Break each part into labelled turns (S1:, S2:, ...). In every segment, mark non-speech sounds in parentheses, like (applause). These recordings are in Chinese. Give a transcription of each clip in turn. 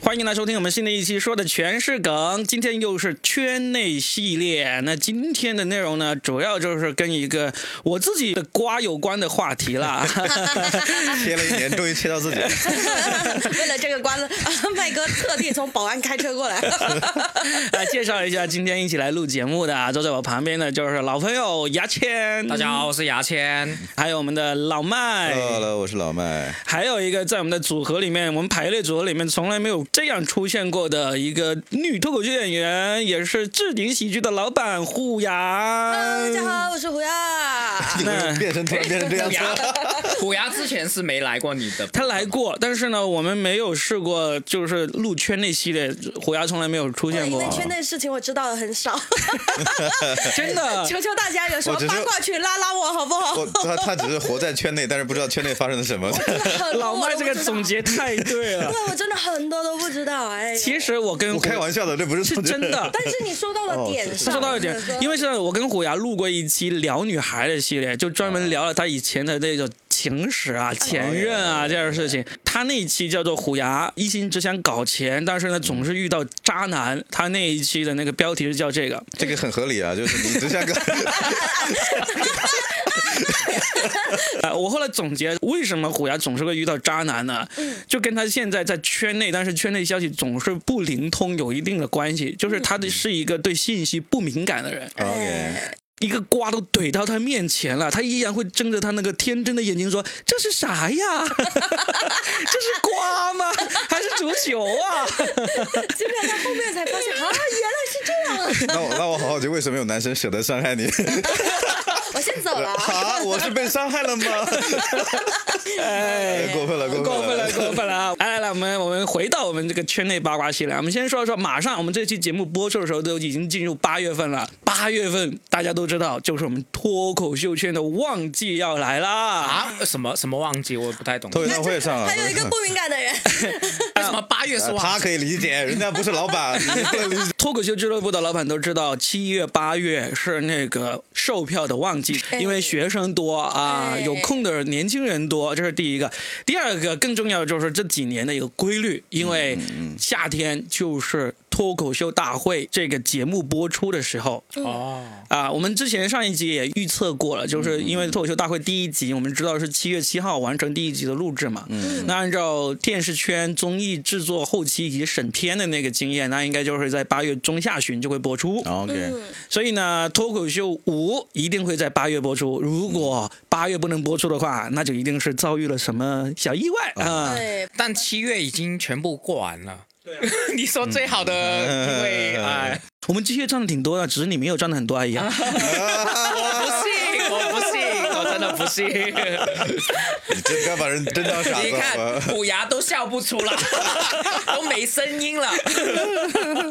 S1: 欢迎来收听我们新的一期，说的全是梗。今天又是圈内系列，那今天的内容呢，主要就是跟一个我自己的瓜有关的话题
S2: (laughs)
S1: 啦。
S3: 切了一年，终于切到自
S1: (laughs)
S3: 己了。
S2: 为了这个瓜子， (laughs) 啊麦哥特地从保安开车过来。
S1: 来介绍一下今天一起来录节目的啊，坐在我旁边的就是老朋友牙签，
S4: 大家好，我是呃牙 (laughs) 签。
S1: 还有我们的老麦。
S3: Hello，我是老麦。
S1: 还有一个在我们的组合里面，我们排列组合里面从来没有这样出现过的一个女脱口秀演员，也是置顶喜剧的老板胡杨。
S2: 大家好，我是胡亚。
S1: 啊
S3: 你为什么变身突然变成这
S1: (laughs)
S3: 样
S4: 虎
S3: 子
S4: 牙
S3: 了？
S4: 虎牙之前是没来过你的，
S1: 他来过，但是呢，我们没有试过，就是录圈内系列，虎牙从来没有出现
S2: 哦因
S1: 过哦
S2: 为，圈内事情我知道的很少，
S1: (laughs) 真的。
S2: 求求大家有什么
S3: 我只是
S2: 八卦去拉拉我好不好
S3: 我？他他只是活在圈内，但是不知道圈内发生了什么。
S1: (laughs) 哦老麦这个总
S2: 总结，
S1: 结太对
S2: (laughs)
S1: 了。
S2: 对我真的很多都不知道哎。
S1: 其，实我跟
S3: 我开玩笑的，这不是
S1: 是真的。
S2: (laughs) 但是你说到
S3: 哦
S2: 了点上，
S1: 说到一点，因为是我跟虎牙录过一期聊女孩的系列，就专门聊了她以前的那种情史啊、前任
S3: 哦哎
S1: 啊这样的事情。她那一期叫做《虎牙一心只想搞钱，但是呢总是遇到渣男》，她那一期的那个标题是叫这个。
S3: (laughs) 这个很合理啊，就是你只
S1: (laughs)
S3: 想啊搞，
S1: 呃，我后来总结，为什么虎牙总是会遇到渣男呢？就跟他现在在圈内，但是圈内消息总是不灵通有一定的关系。就是他的是一个对信息不敏感的人，
S3: OK，
S1: 一个瓜都怼到他面前了，他依然会睁着他那个天真的眼睛说：“这是啥呀？ (laughs) 这是瓜吗？ (laughs) 还是足球啊？”
S2: 基本上后面才发现啊，原
S1: (laughs)
S2: 来是这样啊！
S3: 那我那我好好奇，为什么有男生舍得伤害你？
S2: 我先走了啊。
S3: 啊，我是被伤害了吗？哎，过分了，过
S1: (laughs) 过分
S3: 分
S1: 了，过分了啊！来来来，我们我们回到我们这个圈内八卦系列，我们先说说，马上我们这期节目播出的时候都已经进入八月份了。八月份大家都知道，就是我们脱口秀圈的旺季要来啦。
S4: 啊？什么什么忘记？我不太懂。
S3: 脱口秀会上了
S2: 还，有一个不敏感的人，
S4: 为什么八月是
S3: 他
S4: 忘记？
S3: 可以理解，人家不是老板，
S1: (laughs)
S3: 你不能理解。
S1: 脱口秀俱乐部的老板都知道，七月、八月是那个售票的旺季，
S2: 哎
S1: 因为学生多啊，
S2: 哎
S1: 有空的年轻人多，这是第一个。第二个更重要的就是这几年的一个规律，因为夏天就是脱口秀大会这个节目播出的时候，
S4: 哦，
S1: 啊，我们之前上一集也预测过了，
S3: 嗯
S1: 就是因为脱口秀大会第一集，我们知道是七月七号完成第一集的录制嘛。嗯。那按照电视圈综艺制作后期以及审片的那个经验，那应该就是在八月中下旬就会播出。
S3: 啊 OK，
S1: 所以呢，脱口秀五一定会在八月播出。如果
S3: 嗯
S1: 八月不能播出的话，那就一定是遭遇了什么小意
S3: 哦
S1: 外 (laughs) 啊。
S2: 对，
S4: 但七月已经全部过完了。 (laughs) 你说最好的，
S3: 嗯
S4: 因为
S3: (laughs)
S4: 哎，
S1: 我们机械赚的挺多的，只是你没有赚的很多而已啊。嗯
S4: 我不信，我不信，我真的不信。
S3: (laughs) 你真该把人真
S1: (laughs)
S3: 当傻
S4: 你
S3: 子好
S4: 看
S3: 吧？
S4: 虎牙都笑不出
S3: (laughs)
S4: 来，都没声音了。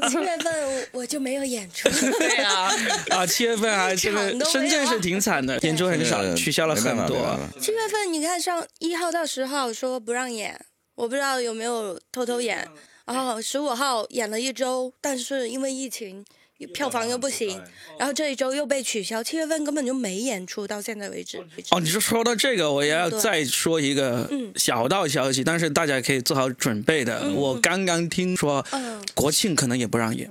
S2: 七月份我就没有演出。
S4: 对啊，
S1: 啊，七月份还真
S2: 一场
S1: 的，
S2: 都没有
S1: 深圳是挺惨的，演出很少，取消了
S3: 没办
S1: 很
S3: 法没
S1: 多
S3: 办。法
S2: 七月份你看上一号到十号说不让演，我不知道有没有偷偷演。然后十五号演了一周，但是因为疫情，票房又不行，然后这一周又被取消。七月份根本就没演出，到现在为止。
S1: 哦，你说说到这个，我也要
S2: 嗯对
S1: 再说一个
S2: 嗯
S1: 小道消息，但是大家可以做好准备的。我刚刚听说，
S2: 嗯
S1: 国庆可能也不让演。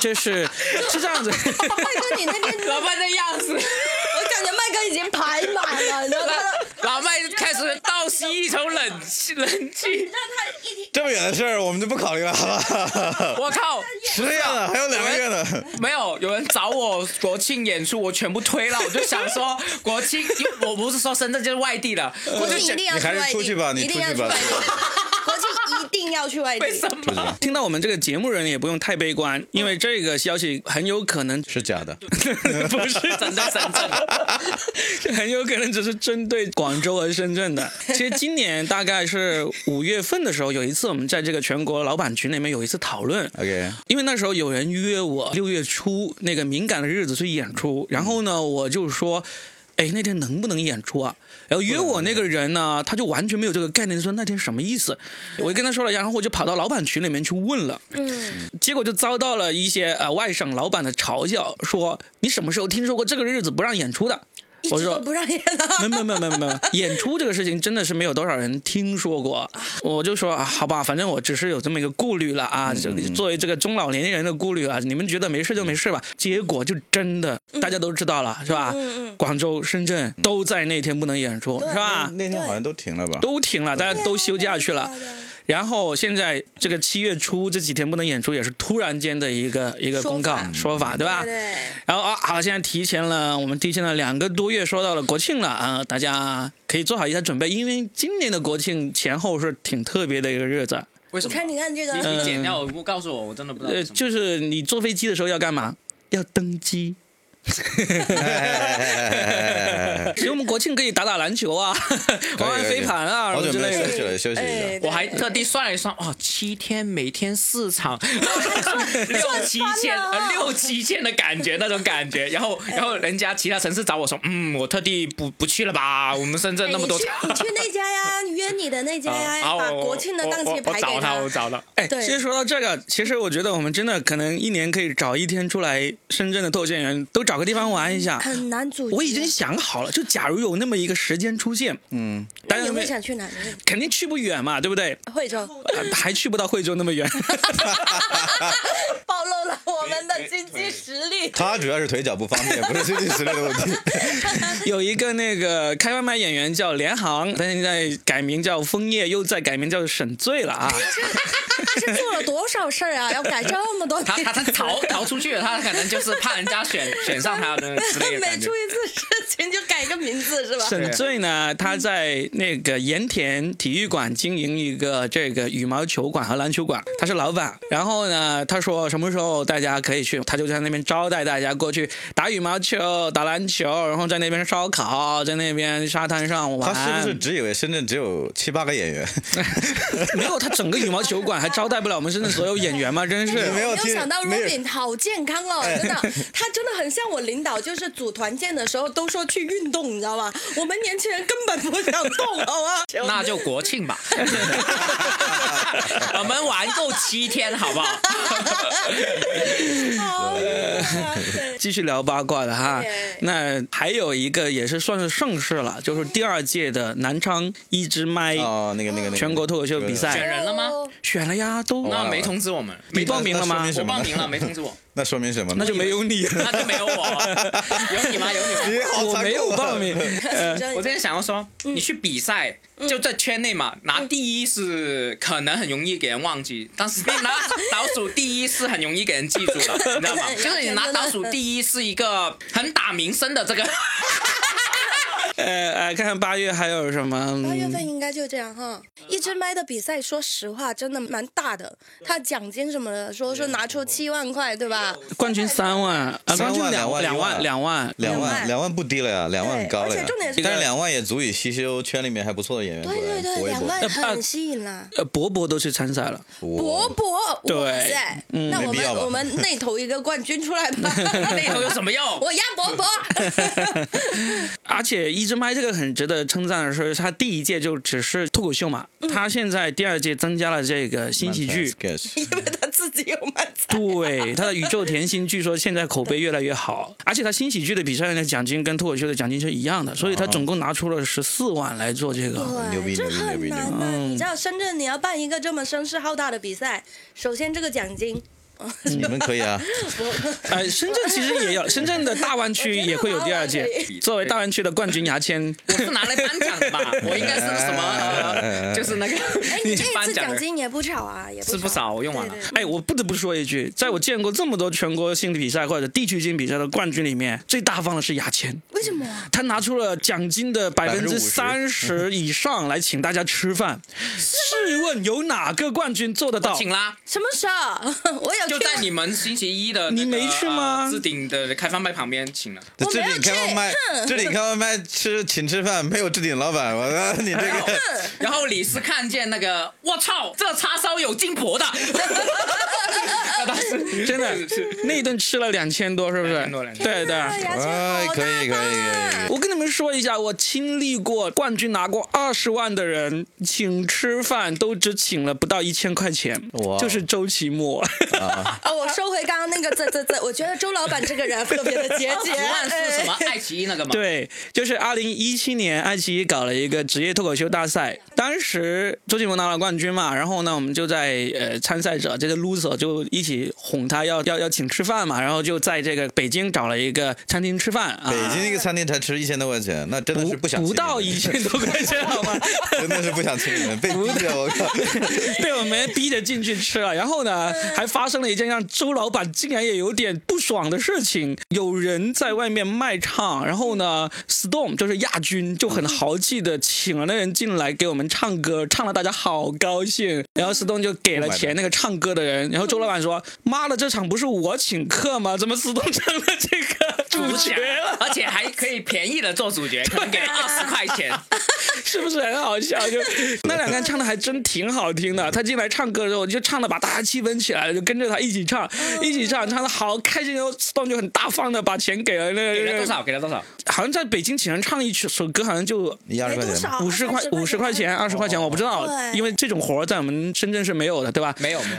S1: 这是是这样子， (laughs)
S2: 麦哥，你那边，
S4: 老麦的样子，
S2: 我感觉麦哥已经排满了，你知道吗？
S4: 老麦开始倒吸一口冷气，冷气。
S3: 这么远的事儿，我们就不考虑了，好
S4: (laughs)
S3: 吧？
S4: 我靠，
S3: 十个月呢，还有两个月呢。
S4: 没有有人找我国庆演出，我全部推了。我就想说，国庆，因为我不是说深圳就是
S2: (laughs)
S4: 外地的，我
S2: 国
S4: 就
S2: 庆一
S4: 想
S2: 定要
S3: 呃你
S2: 去
S3: 还
S2: 外
S3: 是
S2: 地，
S3: 出去吧，你
S2: 一
S3: 出
S2: 定要
S3: 去
S2: 去
S3: 吧
S2: 外。
S3: (laughs)
S2: 地。国庆一定要去外地。
S4: 为什么？
S1: (laughs) 听到我们这个节目人也不用太悲观，因为这个消息很有可能
S3: 是假的，
S1: 不是
S4: 真的真的，
S1: (laughs) 很有可能只是针对广州和深圳的。其实今年大概是五月份的时候，有一次我们在这个全国老板群里面有一次讨论。
S3: OK
S1: 因为那时候有人约我六月初那个敏感的日子去演出，然后呢，我就说。哎，那天能不能演出啊？然后约我那个人呢，他就完全没有这个概念，说那天什么意思？我就跟他说了，然后我就跑到老板群里面去问了，
S2: 嗯，
S1: 结果就遭到了一些呃外省老板的嘲笑，说你什么时候听说过这个日子不让演出的？
S2: 一
S1: 我
S2: 直
S1: 说
S2: 都不让演 (laughs) 了。
S1: 没有没有没有没有没有，演出这个事情真的是没有多少人听说过。我就说啊，好吧，反正我只是有这么一个顾虑了啊，
S2: 嗯
S1: 这作为这个中老年人的顾虑啊，你们觉得没事就没事吧。结果就真的大家都知道了，是吧？
S2: 嗯嗯
S1: 广州、深圳都在那天不能演出，
S2: 对
S1: 是吧？
S3: 那天好像都停了吧？
S1: 都停了，大家都休假去了。然后现在这个七月初这几天不能演出，也是突然间的一个一个公告说
S2: 说法
S1: 法，对吧？
S2: 对，
S1: 然后啊，好，现在提前了，我们提前了两个多月，说到了国庆了啊、大家可以做好一下准备，因为今年的国庆前后是挺特别的一个日子。
S4: 为什
S2: 你
S4: 么？
S2: 看，你看这
S4: 你
S2: 个，
S4: 你剪掉，我不告诉我，我真的不知道
S1: 呃，
S4: 为什么。
S1: 就是你坐飞机的时候要干嘛？要登机。
S3: (laughs)
S1: 所以我们国庆可以打打篮球啊，玩玩飞盘啊，
S3: 好
S1: 什么
S3: 久
S1: 之
S3: 没
S1: 类
S3: 有
S1: 的。
S3: 休息了，休息一下。
S2: 对
S4: 我还特地算了一算，哦，七天，每天四
S2: (laughs)
S4: 场，六七千，
S2: 了
S4: 呃六七千的感觉，那种感觉。然
S2: (laughs)
S4: 后，然后人家其他城市找我说，嗯，我特地不不去了吧，我们深圳
S2: 哎
S4: 那么多
S2: 你去
S4: 场。
S2: 你去那家呀，约你的那家呀，
S4: 啊
S2: 把
S4: 我
S2: 国庆的档
S4: 我
S2: 期
S4: 我
S2: 排给
S4: 我找他，我找他。
S1: 哎，
S2: 对
S1: 其实说到这个，其实我觉得我们真的可能一年可以找一天出来深圳的透线园，都找个地方玩一下。
S2: 很难组织。
S1: 我已经想好了，就假如有那么一个时间出现，嗯，
S2: 那
S1: 大家
S2: 你
S1: 有没
S2: 会
S1: 有
S2: 想去哪里？
S1: 肯定去不远嘛，对不对？
S2: 惠州，
S1: 呃还去不到惠州那么远， (laughs)
S2: 暴露了我们的经济实力。
S3: 他主要是腿脚不方便，不是经济实力的问题。
S1: 有一个那个开外卖演员叫连航，他现在改名叫枫叶，又再改名叫沈醉了啊。
S2: 他是做了多少事儿啊？要改这么多
S4: 他
S2: 年
S4: 他，他逃逃出去了，他可能就是怕人家选选上他的之类的
S2: 每
S4: 感觉
S2: 出。一次事情就改个名字是吧？
S1: 沈醉呢，
S3: 嗯
S1: 他在那个盐田体育馆经营一个这个羽毛球馆和篮球馆，他是老板。然后呢，他说什么时候大家可以去，他就在那边招待大家过去打羽毛球、打篮球，然后在那边烧烤，在那边沙滩上玩。
S3: 他是不是只以为深圳只有七八个演员？
S1: 没有，他整个羽毛球馆还招待不了我们深圳所有演员吗？真是。
S3: 没有
S2: 我没有
S3: 听
S2: 想到
S3: 没有
S2: Robin 好健康哦，真的，他真的很像我领导，就是组团建的时候都说去运动，你知道吧？我们年轻人根本不想动，好吗？
S4: 那就国庆吧， (laughs) 我们玩够七天好不
S1: (laughs)
S4: 好？
S2: 好哎呀对
S1: 继续聊八卦了哈
S2: 对，
S1: 那还有一个也是算是盛事了，就是第二届的南昌一支麦
S3: 哦，那个那个那个
S1: 哎全国脱口秀比
S4: 选
S1: 赛
S4: 人了吗？
S1: 选了呀，
S3: 哦
S1: 都
S4: 那没通知我们，
S1: 你报名了吗
S3: 那说明
S4: 我
S3: 什么
S4: 报名了没通知我，
S3: (laughs) 那说明什么呢？
S1: 那就没有你了，
S4: 那就没有我，有你吗？有你吗？
S3: 你好
S1: (laughs) 我
S3: 残酷啊
S1: 没有报名。 (laughs) 呃，
S2: 真
S4: 我之前想要说，你去比赛就在圈内嘛，拿第一是可能很容易给人忘记，但是你拿倒数第一是很容易给人记住的，你知道吗？就是你拿倒数第一是一个很打名声的这个， (laughs)
S1: 呃呃，看看八月还有什么？
S2: 八月
S1: 嗯
S2: 份应该就这样哈。
S4: 嗯
S2: 一支麦的比赛，说实话真的蛮大的，他奖金什么的，说说拿出七万块，对吧？
S1: 冠军三万，啊，
S3: 三
S1: 冠
S3: 万
S1: 军两
S3: 两万
S1: 两万，嗯
S3: 两
S2: 两
S3: 万
S2: 万
S3: 两万不低了呀，两万
S2: 对
S3: 高了呀。
S2: 而且重点是
S3: 但是两万也足以吸收圈里面还不错的演员过
S2: 对
S3: 来
S2: 对对，
S3: 搏一
S2: 两
S3: 搏
S2: 万
S1: 那
S2: 很吸引啦。
S1: 呃，博博都去参赛了，
S2: 博博，
S1: 对
S2: 哇塞，
S4: 嗯
S2: 那我
S3: 没必要
S2: 们
S3: 吧
S2: 我们内投一个冠军出来
S4: (laughs)
S2: 吧。
S4: 那头有什么用？
S2: 我压博博，
S4: (laughs)
S1: 而且一支麦这个很值得称赞的是，它第一届就只是脱口秀嘛，它现在第二届增加了这个新喜剧，
S3: sketch，
S2: (laughs) 因为他自己有漫才。
S1: 对，他的宇宙甜心据说现在口碑越来越好，而且他新喜剧的比赛的奖金跟脱口秀的奖金是一样的，所以他总共拿出了十四万来做这个。
S3: 牛逼
S2: 对，
S3: 牛
S2: 这
S3: 逼牛
S2: 很
S3: 逼
S2: 难啊！
S4: 嗯
S2: 你知道深圳你要办一个这么声势浩大的比赛，首先这个奖
S4: (laughs)
S2: 金，
S3: 你们可以啊。
S1: 呃，深圳其实也有，深圳的大湾区也会有第二届
S2: 我觉得大湾。
S1: 作为大湾区的冠军牙签，
S4: 我是拿来颁奖的吧？我应该是什么？呃就是那个
S2: 哎，
S4: (laughs)
S2: 你这一
S4: 颁
S2: 次
S4: 奖
S2: 奖
S4: 的，
S2: 金也不少啊，也
S4: 是不少，我用完了
S2: 对。对
S1: 哎，我不得不说一句，在我见过这么多全国性的比赛或者地区性比赛的冠军里面，最大方的是牙签，
S2: 为什么啊？
S1: 他拿出了奖金的百分之三十以上来请大家吃饭。试问有哪个冠军做得到？
S4: 请啦，
S2: 什么时候？我有
S4: 就
S2: 去
S4: 在你们星期
S2: (laughs)
S4: 一的那个
S1: 你没去吗
S4: 呃置顶的开放麦旁边，请了。
S2: 我没
S3: 这
S2: 有
S3: 里开外卖
S2: 去，哼
S3: 这里开外卖吃请吃饭，没有置顶老板，我操你这
S2: (laughs)
S3: 个。
S4: 然 (laughs) 后你是看见那个，我操，这叉烧有金箔的，了，当时
S1: 真的 (laughs)
S4: 是是
S1: 那一顿吃了两千多，是不是
S4: 2000多2000？多
S1: 对对。
S2: 啊牙
S3: 哎
S2: 签好
S3: 可
S2: 大
S3: 以可以可以
S2: 方啊！
S1: 我跟你们说一下，我经历过冠军拿过二十万的人，请吃饭都只请了不到一千块钱
S3: 哇，啊
S1: 就是周奇墨。
S2: 哦，我收回刚刚那个这这这，我觉得周老板这个人特别的节
S4: 一
S2: 俭。
S4: 万是什么
S2: 哎？
S4: 爱奇艺那个嘛？，
S1: (laughs) 对，就是二零一七年，爱奇艺搞了一个职业脱口秀大赛，当时周杰伦拿了冠军嘛，然后呢，我们就在呃参赛者这个 loser 就一起哄他要要要请吃饭嘛，然后就在这个北京找了一个餐厅吃饭啊，
S3: 北京一个餐厅才吃一千多块钱，那真的是
S1: 不
S3: 不想
S1: 不
S3: 请
S1: 到
S3: 你
S1: 一
S3: 们
S1: 千多块钱好
S3: (laughs)
S1: 吗？ (laughs)
S3: 真的是不想请你们，被逼着我靠，
S1: 被我们逼着进去吃了，然后呢，还发生了一件让周老板竟然也有点不爽的事情。有人在外面卖唱，然后呢，Storm 就是亚军，就很豪气的请了那人进来给我们唱歌，唱了大家好高兴。然后 Storm 就给了钱那个唱歌的人，然后周老板说：“妈的，这场不是我请客吗？怎么 Storm 成了这个主角啊了？
S4: 而且还可以便宜的做主角，可能给二十块钱。
S1: 是不是很好笑？ (laughs) 就那两个人唱的还真挺好听的。他进来唱歌的时候，我就唱的把大家气氛起来了，就跟着他一起唱，一起唱，唱的好开心。然后 Stone 就很大方的把钱给了那个哦
S4: 给了多
S1: 人，
S4: 少？给了多少？
S1: 好像在北京请人唱一曲首歌，好像就。
S3: 一二十块
S2: 多
S3: 钱
S2: 少
S3: 吧，
S2: 啊？
S1: 五十块，五十块钱，二十块钱，我不知道，
S2: 对
S1: 因为这种活儿在我们深圳是没有的，对吧？
S4: 没有没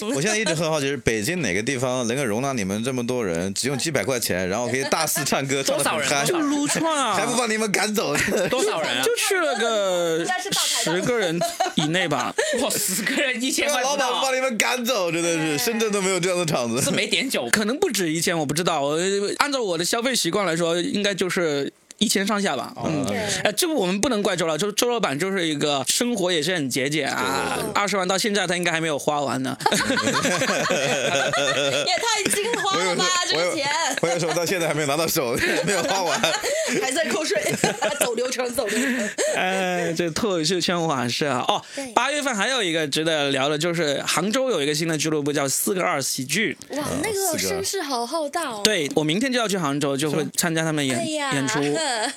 S4: 有，
S1: (laughs)
S3: 我现在一直很好奇，是北京哪个地方能够容纳你们这么多人，只用几百块钱，然后可以大肆唱歌，唱
S4: 多
S3: 的
S4: 少
S3: 很
S4: 人
S3: 嗨，
S1: 就撸串啊，
S3: 还不把你们赶
S1: (laughs)
S3: 走？
S4: 多少人啊？
S1: 就去了个 (laughs)
S2: 应该是大排档
S1: 十个人以内吧。
S4: 哇，十个人一千块
S3: 老
S4: 不
S3: 板
S4: 到
S3: 不把
S4: 啊，
S3: 你们赶走，真的是深圳都没有这样的场
S4: 是
S3: 子。
S4: 没点酒。
S1: 可能不止一千，我不知道。我呃按照我的消费习惯来说，应该就是。一千上下吧，嗯
S2: 对，
S1: 哎，这个我们不能怪周老，周周老板就是一个生活也是很节俭啊，二十万到现在他应该还没有花完呢。 (laughs)
S2: 也太精
S3: 我
S2: 花
S3: 有
S2: 了吧，这
S3: 我有
S2: 个钱
S3: 我有什么到现在还没有拿到手， (laughs) 没有花完。
S1: (laughs)
S2: 还在哎扣 (laughs) 税，走流程，走流程。
S1: 哎，这脱口秀圈往事啊！哦
S2: 对，
S1: 八月份还有一个值得聊的，就是杭州有一个新的俱乐部叫四个二喜剧，
S2: 哇，那
S3: 四
S2: 个
S3: 个
S2: 声势好浩大哦。
S1: 对我明天就要去杭州，就会参加他们演
S2: 对呀
S1: 演出。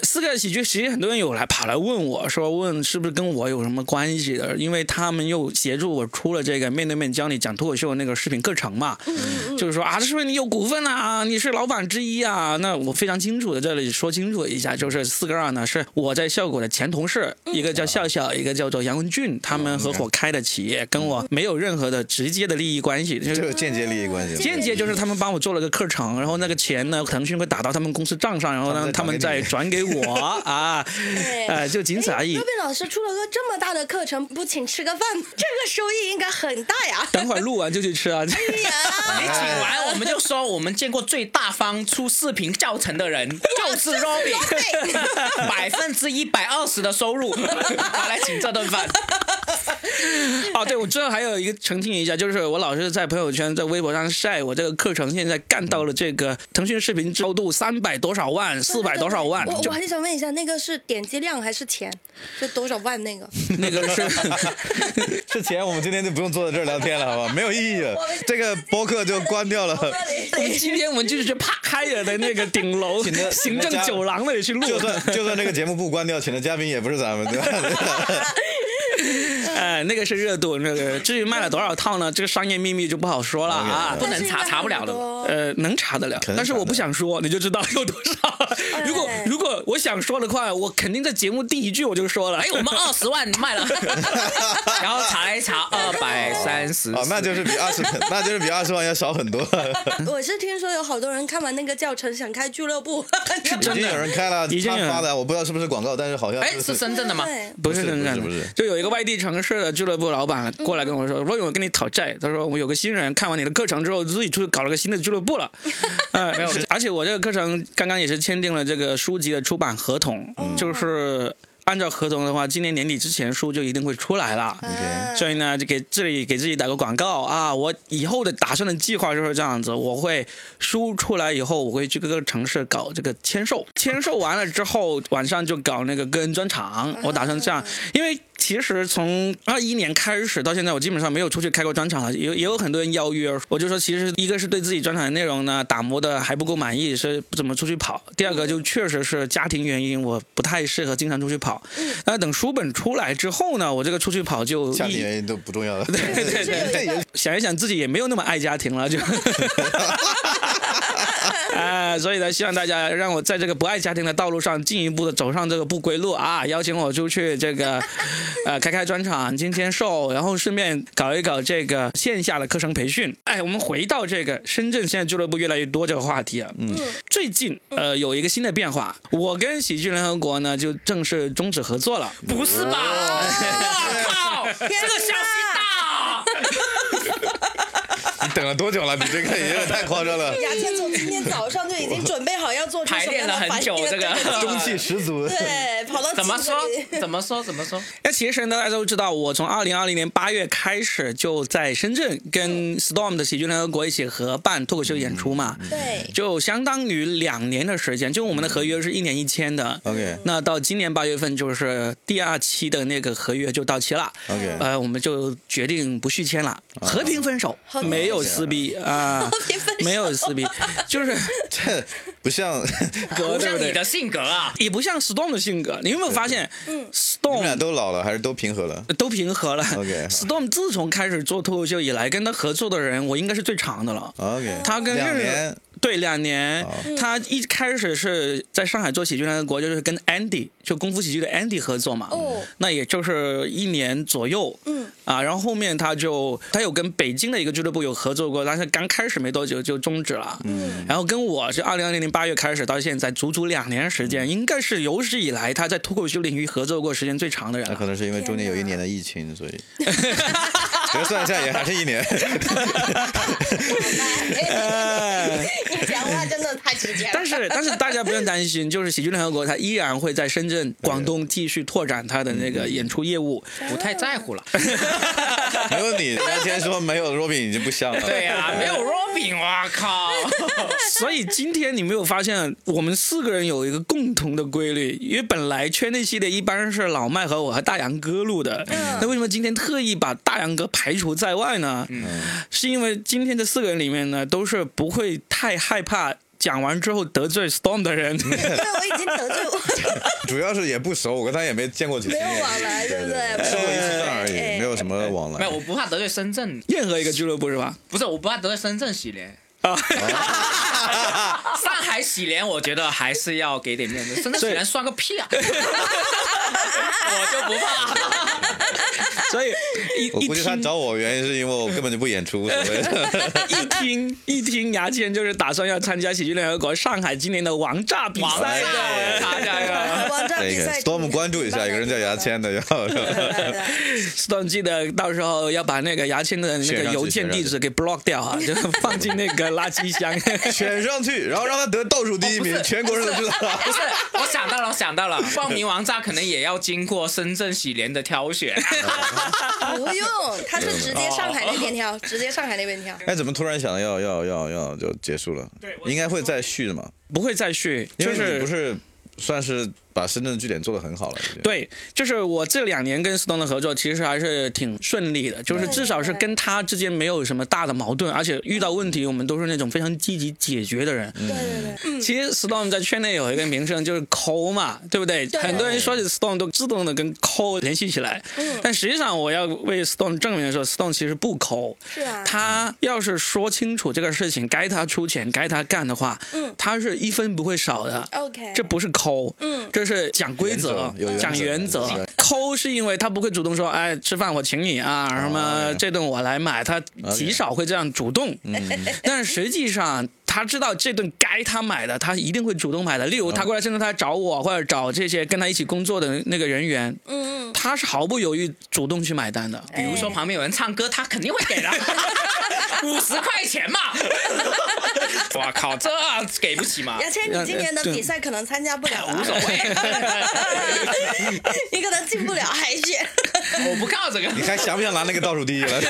S1: 四个喜剧，其实很多人有来跑来问我说，问是不是跟我有什么关系的？因为他们又协助我出了这个面对面教你讲脱口秀那个视频课程嘛，
S2: 嗯
S1: 就是说啊，这是不是你有股份啊？你是老板之一啊？那我非常清楚的这里说清楚一下，就是四个二呢是我在效果的前同事，
S2: 嗯
S1: 一个叫笑笑，一个叫做杨文俊，他们合伙开的企业，跟我没有任何的直接的利益关系，就是
S3: 这有间接利益关系吗，
S1: 间接就是他们帮我做了个课程，然后那个钱呢，腾讯会打到他们公司账上，然后呢，他
S3: 他
S1: 们
S3: 们
S1: 再
S3: 再
S1: 转给我啊，
S2: 对哎
S1: 呃，就仅此而已。
S2: 若。贝老师出了个这么大的课程，不请吃个饭， (laughs) 这个收益应该很大呀
S1: 等会儿录完就去吃啊。
S2: (laughs) 哎呀，
S4: 你请完，我们就说我们见过最大方出视频教程
S2: (laughs)
S4: 的人就是 Robin，百 (laughs) 分之一百二十的收入拿来请这顿饭。
S1: (laughs) 哦，对，我知道还有一个澄清一下，就是我老是在朋友圈、在微博上晒我这个课程，现在干到了这个腾讯视频高度三百多少万、四百多少万，
S2: 我
S1: 就
S2: 我很想问一下，那个是点击量还是钱？就多少万 (laughs) 那个？
S1: 那个是 (laughs)
S3: 这钱我们今天就不用坐在这儿聊天了，好吧？没有意义了，这个播客就关掉了。
S1: 我们今天我们就是去帕开尔的那个顶楼
S3: 请的
S1: 行政酒廊那里去录，
S3: 就算就算这个节目不关掉，请的嘉宾也不是咱们，
S1: (laughs)
S3: 对吧？
S1: 哎，那个是热度，那个至于卖了多少套呢？这个商业秘密就不好说了啊
S3: OK，OK。
S4: 不能查查不了的
S2: 哦
S1: 呃，能查得了，
S3: 能
S1: 但是
S3: 查
S1: 我
S3: 得
S1: 不
S3: 了
S1: 想说，你就知道有多少。如果
S2: 哎
S1: 如果我想说的话，我肯定在节目第一句我就说了。哎
S4: 哎，，我们二十万卖了，然后查一查二百三十，
S3: 哦，那就是比二
S1: (laughs)
S3: 十，那就是比二十万要少很多。
S2: 我是听说有好多人看完那个教程想开俱乐 (laughs) 部，
S3: 已经有人开了，
S1: 已经有人
S3: 他发的，我不知道是不是广告，但是好像
S4: 哎，是深圳的吗？
S2: 对
S1: 不是
S3: 不是
S1: 深圳
S3: 不是
S1: 的
S3: 不是，
S1: 就有一个外地城市的俱乐部老板过来跟我说：“罗勇，我跟你讨债。”他说：“我有个新人看完你的课程之后，自己出去搞了个新的俱乐部
S3: (laughs)
S1: 了。呃”没有，而且我这个课程刚刚也是签订了这个书籍的出版合同，就是按照合同的话，今年年底之前书就一定会出来了。
S2: 啊
S1: 所以呢，就给这里给自己打个广告啊！我以后的打算的计划就是这样子，我会书出来以后，我会去各个城市搞这个签售，签售完了之后，晚上就搞那个个人专场。我打算这样，因为其实从二一年开始到现在，我基本上没有出去开过专场了，也也有很多人邀约，我就说其实一个是对自己专场的内容呢打磨的还不够满意，是不怎么出去跑；第二个就确实是家庭原因，我不太适合经常出去跑。那等书本出来之后呢，我这个出去跑就
S3: 家
S1: 一
S3: 庭原因都不重要
S1: (laughs)
S3: 了。
S1: 对对
S2: 是有一
S1: 对
S2: 个
S1: 对，想一想自己也没有那么爱家庭了，就。啊，所以呢，希望大家让我在这个不爱家庭的道路上进一步的走上这个不归路啊！邀请我出去这个，呃，开开专场、今天售，然后顺便搞一搞这个线下的课程培训。哎，我们回到这个深圳现在俱乐部越来越多这个话题啊，嗯，最近呃有一个新的变化，我跟喜剧联合国呢就正式终止合作了。
S4: 不是吧？我 (laughs) 靠，这
S2: 哦天
S4: 个消息
S2: 哪
S4: 大
S2: (laughs)
S4: 啊！
S3: 你 (laughs) 等了多久了？你这个也有点太夸张了，
S2: 雅倩从哎今天早上就已经准备好要做出
S4: 排
S2: 什么样
S4: 练
S2: (laughs)
S4: 了
S2: 的
S4: 很
S2: 反应
S4: 久这个
S3: (laughs)
S2: 对
S3: 中气十足。
S2: 对，跑到
S4: 怎么
S2: 镜
S4: 说
S2: 子里？
S4: 怎么说？怎么说？
S1: 那其实呢，大家都知道，我从二零二零年八月开始就在深圳跟 Storm 的喜剧联合国一起合办脱口秀演出嘛，
S3: 嗯
S2: 对， (laughs)
S1: 就相当于两年的时间，就我们的合约是一年一签的。
S3: OK
S1: 那到今年八月份，就是第二期的那个合约就到期了，
S3: OK，啊
S1: 呃，我们就决定不续签了，和平分手，
S2: 和平
S1: 没有撕逼啊，
S2: 别分
S1: 没有撕逼，就是
S3: 这不像
S1: 我
S3: (laughs)
S4: 不
S1: 对不
S4: 像你
S1: 对？
S4: 的性格啊！
S1: 也不像 Storm 的性格，你有没有发现？嗯
S3: 你们
S1: ，Storm
S3: 俩都老了，还是都平和了？
S1: (laughs) 都平和了。
S3: OK
S1: (laughs) Storm 自从开始做脱口秀以来，跟他合作的人，我应该是最长的了。
S3: OK，
S1: 他跟
S3: 哦两
S1: 任何
S3: 年
S1: 对，两年
S3: 哦。
S2: 嗯
S1: 他一开始是在上海做喜剧联合国，就是跟 Andy，就功夫喜剧的 Andy 合作嘛。
S2: 哦
S1: 那也就是一年左右。
S2: 嗯。
S1: 啊，然后后面他就他有跟北京的一个俱乐部有合作过，但是刚开始没多久就终止了。嗯。然后跟我是二零二零年八月开始到现在，足足两年时
S3: 嗯
S1: 间，应该是有史以来他在脱口秀领域合作过时间最长的人
S3: 那
S1: 了
S3: 可。能是因为中间有一年的疫情，所以折算一下也还是一年。 (laughs)
S1: 哎
S2: 你讲话真的太直 (laughs) 接了。
S1: 但是但是大家不用担心， (laughs) 就是喜剧联合国，它依然会在深圳、广东继续拓展它的那个演出业务。
S4: 不太在乎了。
S3: 没有你，那天说没有 Robin 已经不像了。
S4: 对呀、没有 Robin，我
S2: (laughs)
S4: 靠！
S1: (laughs) 所以今天你没有发现，我们四个人有一个共同的规律，因为本来圈内系列一般是老麦和我和大杨哥录的，
S4: 嗯
S1: 那为什么今天特意把大杨哥排除在外呢？
S4: 嗯
S1: 是因为今天这四个人里面呢，都是不会太害怕。讲完之后得罪 Storm 的
S4: (laughs)
S1: 人，
S2: 对，我已经得罪我，
S3: (laughs) 主要是也不熟，我跟他也没见过几次
S2: 没
S3: 面，
S2: 有往来，对不对？
S3: 受过一次伤而已，
S2: 哎
S3: 没有什么往
S4: 没
S3: 来
S4: 有，。我不怕得罪深圳，
S1: 任何一个俱乐部是吧？
S4: 不是，我不怕得罪深圳喜联。
S1: 啊， (laughs)
S4: 上海喜联，我觉得还是要给点面子。深圳喜联算个屁啊！我就不 (laughs) 怕。
S1: 所以一
S3: 我
S1: 一
S3: 估计他
S1: 听
S3: 找我原因是因为我根本就不演出，无所谓。
S1: (laughs) 一听一听，牙签就是打算要参加喜剧联合国上海今年的王炸比
S4: 王
S1: 赛
S4: 炸
S1: 的。
S2: 哎
S4: 大家
S2: (laughs)
S4: 哎呀，
S2: 网站比
S3: 那个
S2: 赛
S3: Storm 关注一下，有个人叫牙。签的，要
S4: (laughs)
S2: 对对对
S1: Stone 记得到时候要把那个牙签的那
S3: 选
S1: 个
S3: 上去
S1: 邮件地址给 block 掉
S3: (laughs)
S1: 啊，就放进那个垃圾箱。 (laughs)
S3: 选上去，然后让他得倒数第一名，全国人都知道。
S4: 哦不是，我想到了，我想 (laughs) 到了，报名王炸可能也要经过深圳喜联的挑选。
S2: 不用，他是直接上海那边挑，直接上海那边挑。
S3: (laughs) 哎，怎么突然想到要要要要就结束了？
S4: 对我
S3: 应该会再续的嘛，
S1: 不会再续，
S3: 因
S1: 就
S3: 为你不
S1: 是。
S3: 是算是把深圳的据点做得很好了，已经。
S1: 对，就是我这两年跟 Stone 的合作其实还是挺顺利的，就是至少是跟他之间没有什么大的矛盾，而且遇到问题我们都是那种非常积极解决的人。
S3: 嗯
S2: 对对嗯对，
S1: 其实 Storm 在圈内有一个名声就是抠嘛，对不对？
S2: 对
S1: 很多人说起 Storm 都自动的跟抠联系起来，
S2: 嗯
S1: 但实际上我要为 Storm 证明说，Storm 其实不抠。
S2: 是啊。
S1: 他要是说清楚这个事情，该他出钱，该他干的话，
S2: 嗯
S1: 他是一分不会少的。
S2: OK，
S1: 这不是抠，
S2: 嗯
S1: 这是讲规则
S3: 原则有原，则
S1: 讲原则
S3: 对。
S1: 抠是因为他不会主动说，哎，吃饭我请你啊，
S3: 哦
S1: 什么
S3: OK
S1: 这顿我来买，他
S3: OK
S1: 极少会这样主动。
S3: 嗯
S1: (laughs) 但实际上，他知道这顿该他买的，他一定会主动买的。
S3: 哦
S1: 例如，他过来甚至他找我，或者找这些跟他一起工作的那个人员，
S2: 嗯嗯，哎
S1: 他是毫不犹豫主动去买单的。
S4: 比 (laughs) 如说旁边有人唱歌，他肯定会给的，五十块钱嘛。哇靠，这给不起嘛？
S2: 牙签，你今年的比赛可能参加不了了，
S4: 啊
S2: 啊
S4: 无所谓，
S2: (laughs) 你可能进不了海选，
S4: (laughs) 我不靠这个。
S3: 你还想不想拿那个倒数第一
S4: (laughs)
S3: 了？
S2: (laughs)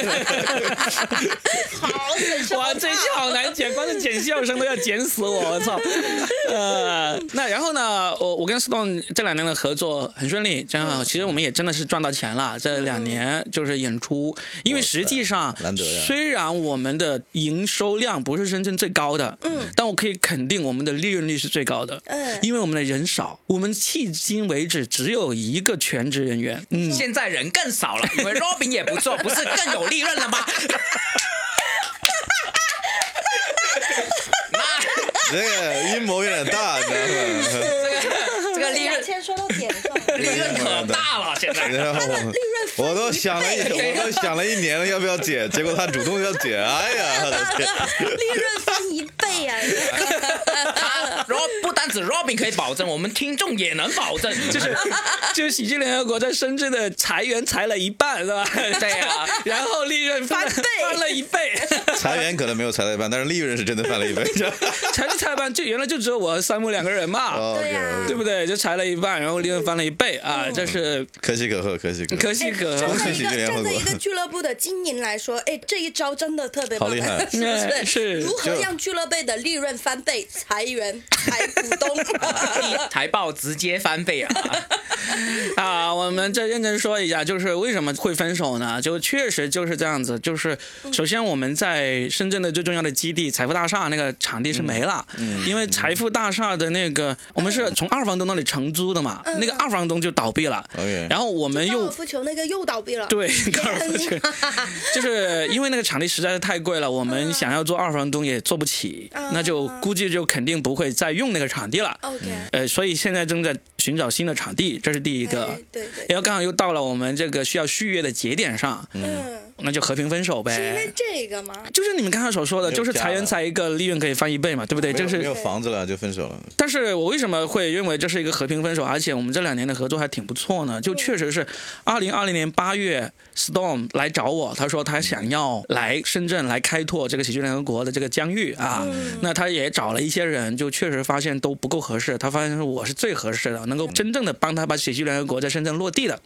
S2: 好损失
S1: (laughs) 哇，这
S2: 啊
S1: 期好难剪，光是剪笑声都要剪死我，我操！呃，那然后呢，我我跟 Stone 这两年的合作很顺利，真好。其实我们也真的是赚到钱了，这两年就是演出，因为实际上
S3: 难得呀
S1: 虽然我们的营收量不是深圳最高的，嗯，但我可以肯定我们的利润率是最高的，
S2: 嗯
S1: 因为我们的人少，我们迄今为止只有一个全职人员，嗯，
S4: 现在人更少了，你们 Robin 也不
S1: (laughs)
S4: 做，不是更有利润了吗？那
S3: 这个阴谋有点大，你知道吗？
S4: 这个利
S2: 牙
S4: 润
S2: 签哎说到点上了。
S4: 利润可大了，现在。
S3: 然后我我都想了一，我都想了一年了，要不要剪？结果他主动要剪，哎呀，我的天！
S2: 利润翻一倍啊！
S4: 他啊 Rob 不单止 Robin 可以保证，我们听众也能保证，就是
S1: 就喜剧联合国在深圳的裁员裁了一半，是吧？
S4: (laughs) 对啊呀
S1: (laughs) 然后利润翻
S2: 翻倍
S1: 翻了一倍， (laughs)
S3: 裁员可能没有裁到一半，但是利润是真的翻了一倍。
S1: 裁就裁了一半，就原来就只有我和三木两个人嘛，
S3: 哦，
S2: 对呀
S1: 对不对？就裁了一半，然后利润翻了一倍啊，这是
S3: 可喜可贺，可喜可贺
S1: 可。喜可贺
S2: 哎站。在
S3: 恭
S2: 一
S3: 喜
S2: 个
S3: 喜联合
S2: 站
S3: 国
S2: 在一个俱乐部的经营来说，哎，这一招真的特别棒
S3: 好厉害
S2: 是不
S1: 嗯是
S2: 是？如何
S3: 就
S2: 让俱乐部的利润翻倍？裁员、裁股东，
S4: 财报直接翻倍啊！
S1: (laughs) 啊，我们再认真说一下，就是为什么会分手呢？就确实就是这样子，就是首先我们在深圳的最重要的基地财富大厦那个场地是没了，
S3: 嗯
S1: 因为财富大厦的那个我们是从二房东那里承租的嘛，那个二房东就倒闭了，
S3: OK
S1: 然后我们
S2: 高
S1: 又
S2: 尔夫球那个又倒闭了。
S1: (laughs) 对，高尔夫球
S2: 天哪，
S1: (laughs) 就是因为那个场地实在是太贵了，我
S2: 嗯
S1: 们想要做二房东也做不起，那就估计就肯定不会再用那个场地了。
S2: OK，
S1: 呃，所以现在正在寻找新的场地，这是第一个
S2: 哎。对对
S1: 然后刚好又到了我们这个需要续约的节点上，
S2: 嗯，
S1: 那就和平分手
S2: 是因为
S1: 呗。
S2: 这个吗？
S1: 就是你们刚才所说的，
S3: 没有
S1: 就是裁
S3: 家
S1: 员
S3: 了
S1: 裁一个，利润可以翻一倍嘛，对不对？
S3: 没
S1: 就
S3: 有没
S1: 是，
S3: 有房子了就分手了，
S1: 但是我为什么会认为这是一个和平分手？而且我们这两年的合作还挺不错呢。就确实是，二零二零年八月，Storm 来找我，他说他想要来深圳来开拓这个喜剧联合国的这个疆域啊。那他也找了一些人，就确实发现都不够合适。他发现我是最合适的，能够真正的帮他把喜剧联合国在深圳落地的。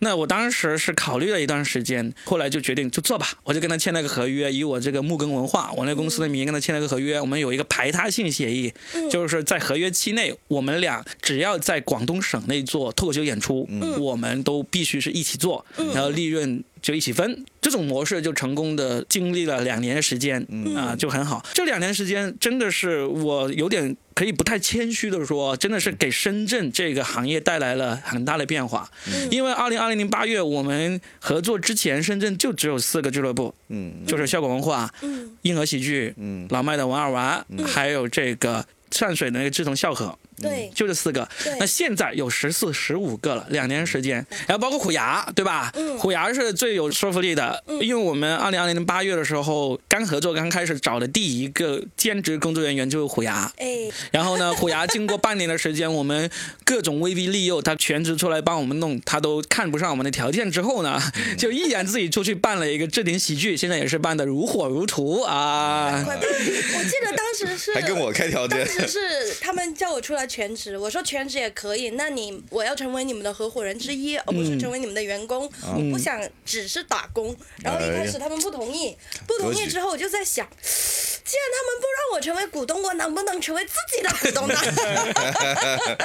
S1: 那我当时是考虑了一段时间，后来就决定就做吧，我就跟他签了个合约，以我这个木根文化我那公司的名义跟他签了个合约，我们有一个排他性协议，就是说在合约期内，我们俩只要在广东省内做脱口秀演出，我们都必须是一起做，然后利润。就一起分，这种模式就成功的经历了两年的时间，啊，就很好。这两年时间真的是我有点可以不太谦虚的说，真的是给深圳这个行业带来了很大的变化。因为二零二零年八月我们合作之前，深圳就只有四个俱乐部，
S3: 嗯，
S1: 就是效果文化、
S2: 嗯
S1: 硬核喜剧、
S3: 嗯
S1: 老麦的玩二玩，还有这个上水的那个志同笑合。
S2: 对，
S1: 就这四个
S2: 对。
S1: 那现在有十四、十五个了，两年时间，然后包括虎牙，对吧？虎牙是最有说服力的，因为我们二零二零年八月的时候刚合作，刚开始找的第一个兼职工作人员就是虎牙。
S2: 哎，
S1: 然后呢，虎牙经过半年的时间，我们各种威逼利诱，他全职出来帮我们弄，他都看不上我们的条件之后呢，就毅然自己出去办了一个置顶喜剧，现在也是办的如火如荼啊。
S2: 快！ (laughs) 我记得当时是
S3: 还跟我开条件 (laughs)
S2: 当。时是他们叫我出来全职，我说全职也可以，那你我要成为你们的合伙人之一，而不是成为你们的员工，我不想只是打工。然后一开始他们不同意，不同
S3: 格
S2: 意
S3: 局
S2: 之后我就在想，既然他们不让我成为股东，我能不能成为自己的股东呢？哎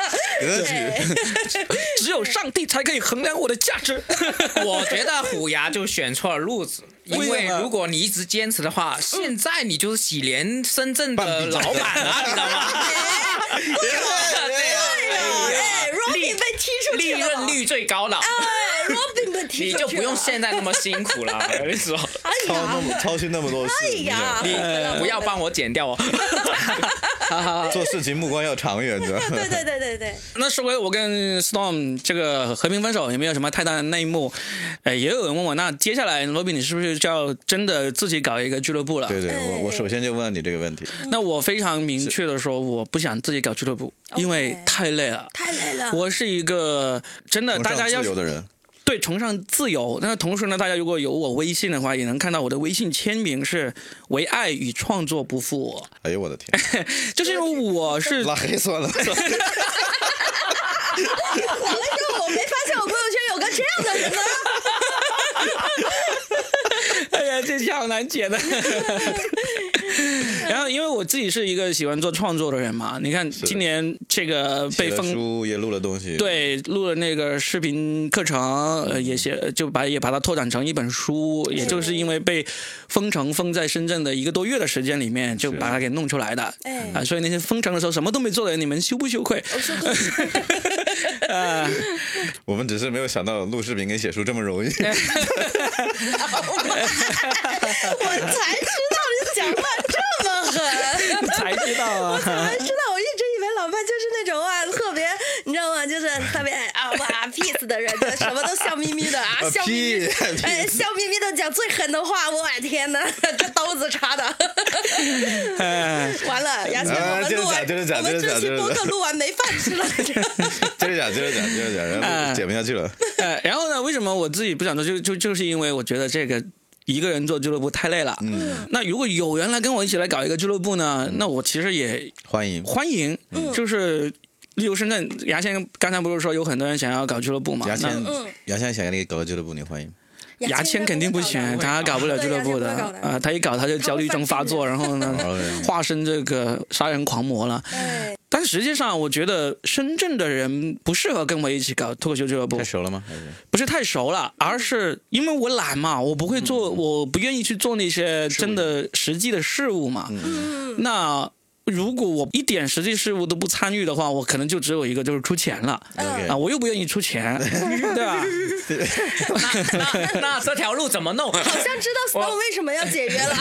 S3: 格 (laughs) 局
S2: 对，
S1: 只有上帝才可以衡量我的价值。 (laughs)
S4: 我觉得虎牙就选错了路子，因
S1: 为
S4: 为
S1: 什么
S4: 如果你一直坚持的话，现在你就是喜联深圳的老板了，你知道
S1: (laughs)
S4: 吗？
S3: (laughs)
S4: 对呀
S2: 哎，Robin 被踢出去
S4: 利
S2: 了，
S4: 润率最高了，
S2: 哎，Robin 被踢
S4: 你
S2: 出去了，
S4: 就不用现在那么辛苦了。 (laughs) 我跟你说，
S2: 哎
S3: 操那
S2: 呀，
S3: 么操心那么多事，
S2: 哎呀，
S4: 你
S2: 回来
S4: 不要帮我剪 (laughs) 掉哦。
S3: 你做事情目光要长远，你知道吗
S2: 对？对对对对，
S1: 那说回我跟 Storm 这个和平分手，也没有什么太大的内幕。呃，也有人问我，那接下来罗比你是不是就要真的自己搞一个俱乐部了？
S3: (laughs) 对对，我我首先就问你这个问题，
S1: 那我非常明确的说，我不想自己搞俱乐部，因为
S2: OK
S1: 太累了。
S2: 太累了。
S1: 我是一个真的，
S3: 崇
S1: 呃大家
S3: 尚
S1: 要
S3: 自
S1: 是
S3: 由的人，
S1: 对，崇尚自由。那同时呢，大家如果有我微信的话，也能看到我的微信签名是“唯爱与创作不负我 (laughs)
S3: 哎呦我的天，”，
S1: 就是因为我是
S3: (laughs) 拉黑算了。
S2: 火了之后，我没发现我朋友圈有个这样的人呢。
S1: 哎呀，这题好难
S3: (laughs)
S1: 解的。然后，因为我自己是一个喜欢做创作的人嘛，你看今年这个被
S3: 写了
S1: 封。
S3: 书也录了东西，，
S1: 对，录了那个视频课程，呃，也写就把也把它拓展成一本书，也就是因为被封城封在深圳的一个多月的时间里面，就把它给弄出来的。
S2: 哎
S1: 啊，所以那些封城的时候什么都没做的人，你们羞不羞愧？
S2: 我说过，
S1: (laughs) 啊，
S3: 我们只是没有想到录视频跟写书这么容易。呃
S2: 我才知道你讲话这么狠。
S1: 才知道 (laughs) 啊。
S2: 知道，我一直以为老潘就是那种啊，特别，你知道吗？就是特别啊哇 peace 的人，什么都笑眯眯
S3: (laughs)
S2: 的啊，笑眯眯，
S3: 屁
S2: (laughs) 哎，笑眯眯的讲最狠的话，我天哪，这刀子插的，
S1: 哎
S2: 完了，牙签，我
S3: 啊
S2: 们
S3: 接着
S2: 录完，
S3: 讲接着讲
S2: 我们
S3: 接着讲
S2: 这期
S3: 接着
S2: 播客
S3: 讲
S2: 录完没饭吃了，
S3: 接着讲，接着讲，接着讲，然后
S1: 哎
S3: 剪不下去了。
S1: 呃，然后呢，为什么我自己不想做？就就就是因为我觉得这个一个人做俱乐部太累了。
S3: 嗯，
S1: 那如果有人来跟我一起来搞一个俱乐部呢，那我其实也
S3: 欢迎
S1: 欢迎。
S3: 嗯
S1: 就是例如深圳牙签，刚才不是说有很多人想要搞俱乐部嘛？
S3: 牙签
S1: 那，
S3: 牙签想给你搞个俱乐部，你欢迎。
S1: 牙签肯定不行，他搞不了俱乐部的
S2: 对牙签不
S1: 啊
S2: 会搞、的
S1: 呃他一搞他就焦虑症发作，然后
S3: (laughs)
S1: 呢，
S3: OK
S1: 化身这个杀人狂魔了。 (laughs)
S2: 哎，
S1: 但实际上，我觉得深圳的人不适合跟我一起搞脱口秀俱乐部
S3: (laughs) 太，熟了吗？还是
S1: 不是太熟了，而是因为我懒嘛，我不会做，我不愿意去做那些真的实际的事物嘛。嗯那如果我一点实际事物都不参与的话，我可能就只有一个就是出钱了
S3: ？OK
S1: 啊，我又不愿意出 (laughs) 钱，对吧？
S4: 那那那这条路怎么 (laughs) 弄？
S2: 好像知道 Snow 为什么要解
S1: (laughs)
S2: 约了，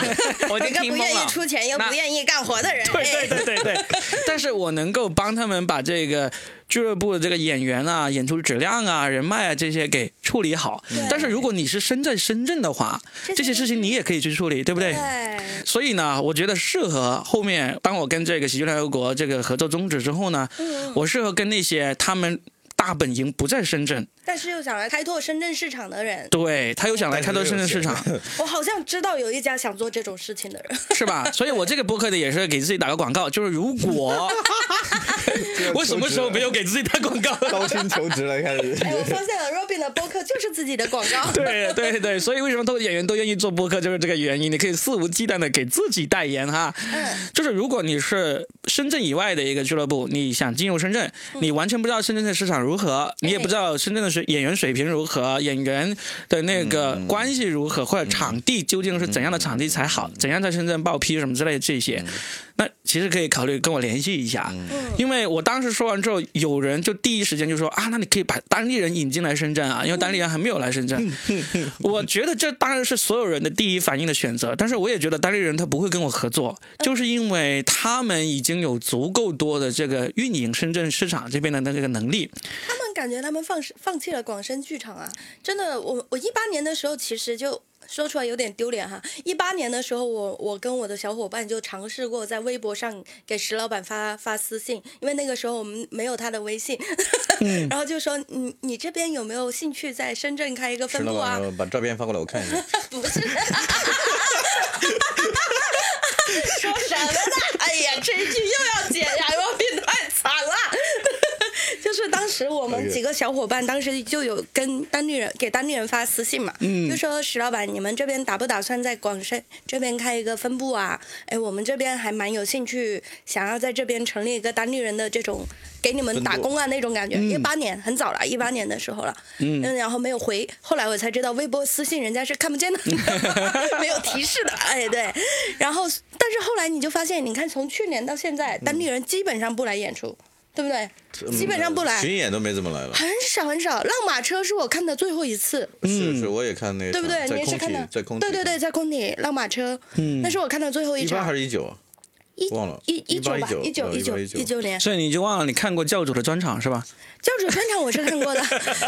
S4: 我
S2: (laughs)
S4: 已
S2: 一
S4: 经
S2: 个
S4: 听
S2: 不
S4: 懵
S2: 愿意
S4: 了。
S2: 出钱又
S4: 那
S2: 不愿意干活的人，
S1: 对对
S2: 哎
S1: 对对对，但是我能够帮他们把这个俱乐部的这个演员啊、演出质量啊、人脉啊这些给处理好。但是如果你是身在深圳的话，
S2: 这
S1: 这些事情你也可以去处理，对不
S2: (laughs)
S1: 对？
S2: 哎，
S1: 所以呢，我觉得适合后面当我跟这个喜剧联合国这个合作终止之后呢，我适合跟那些他们大本营不在深圳，
S2: 但是又想来开拓深圳市场的人，
S1: 对他又想来开拓深圳市场，
S2: 我好像知道有一家想做这种事情的
S1: (laughs)
S2: 人。
S1: 是吧？所以我这个播客的也是给自己打个广告，就是如果我什么时候没有给自己打广告？
S3: 高薪求职了？开始。(laughs)
S2: 哎，我发现了 Robin 的播客就是自己的广告。
S1: 对对对，所以为什么都演员都愿意做播客，就是这个原因。你可以肆无忌惮的给自己代言哈。
S2: 嗯
S1: 就是如果你是深圳以外的一个俱乐部，你想进入深圳，你完全不知道深圳的市场如何，你也不知道深圳的水演员水平如何，演员的那个关系如何，或者场地究竟是怎样的场地才好，怎样在深圳报批什么之类的这些，那其实可以考虑跟我联系一下。因为我当时说完之后，有人就第一时间就说啊，那你可以把当地人引进来深圳啊，因为当地人还没有来深圳。 (laughs) 我觉得这当然是所有人的第一反应的选择，但是我也觉得当地人他不会跟我合作，
S2: 嗯
S1: 就是因为他们已经有足够多的这个运营深圳市场这边的那个能力。
S2: 他们感觉他们放放弃了广深剧场啊！真的，我我一八年的时候其实就。说出来有点丢脸哈！一八年的时候我，我跟我的小伙伴就尝试过在微博上给石老板发发私信，因为那个时候我们没有他的微信，
S3: 嗯
S2: (laughs) 然后就说你你这边有没有兴趣在深圳开一个分
S3: 石老
S2: 部
S3: (laughs)
S2: 啊？
S3: 板，把照片发过来，我看一下。
S2: (laughs) 不是，说什么呢？哎呀，这一句又要剪哎呀，我病太惨了。 (laughs) 就是当时我
S3: 哎
S2: 们几个小伙伴，当时就有跟当地人给当地人发私信嘛，就说石老板，你们这边打不打算在广深这边开一个分部啊？哎，我们这边还蛮有兴趣，想要在这边成立一个当地人的这种给你们打工啊那种感觉。一八年很早了，一八年的时候了，嗯，然后没有回，后来我才知道微博私信人家是看不见的， (laughs) 没有提示的，哎对，然后但是后来你就发现，你看从去年到现在，当地人基本上不来演出。对不对？基本上不来，
S3: 巡演都没怎么来了。
S2: 很少很少。浪马车是我看的最后一次，
S3: 是是，我也看那个场，
S2: 对不对？你
S3: 在
S2: 也是
S3: 空
S2: 看
S3: 体
S2: 的，，
S3: 在空体，
S2: 对对对，在空体浪马车，那是我看的最后一
S3: 一八还
S2: 场。
S3: 是一九啊？
S2: 一
S3: 忘了
S2: 一一九吧，
S3: 18
S2: 一九
S3: 19
S2: 一九一九年。
S1: 所以你就忘了你看过教主的专场是吧？
S2: 教主专场我是看过的，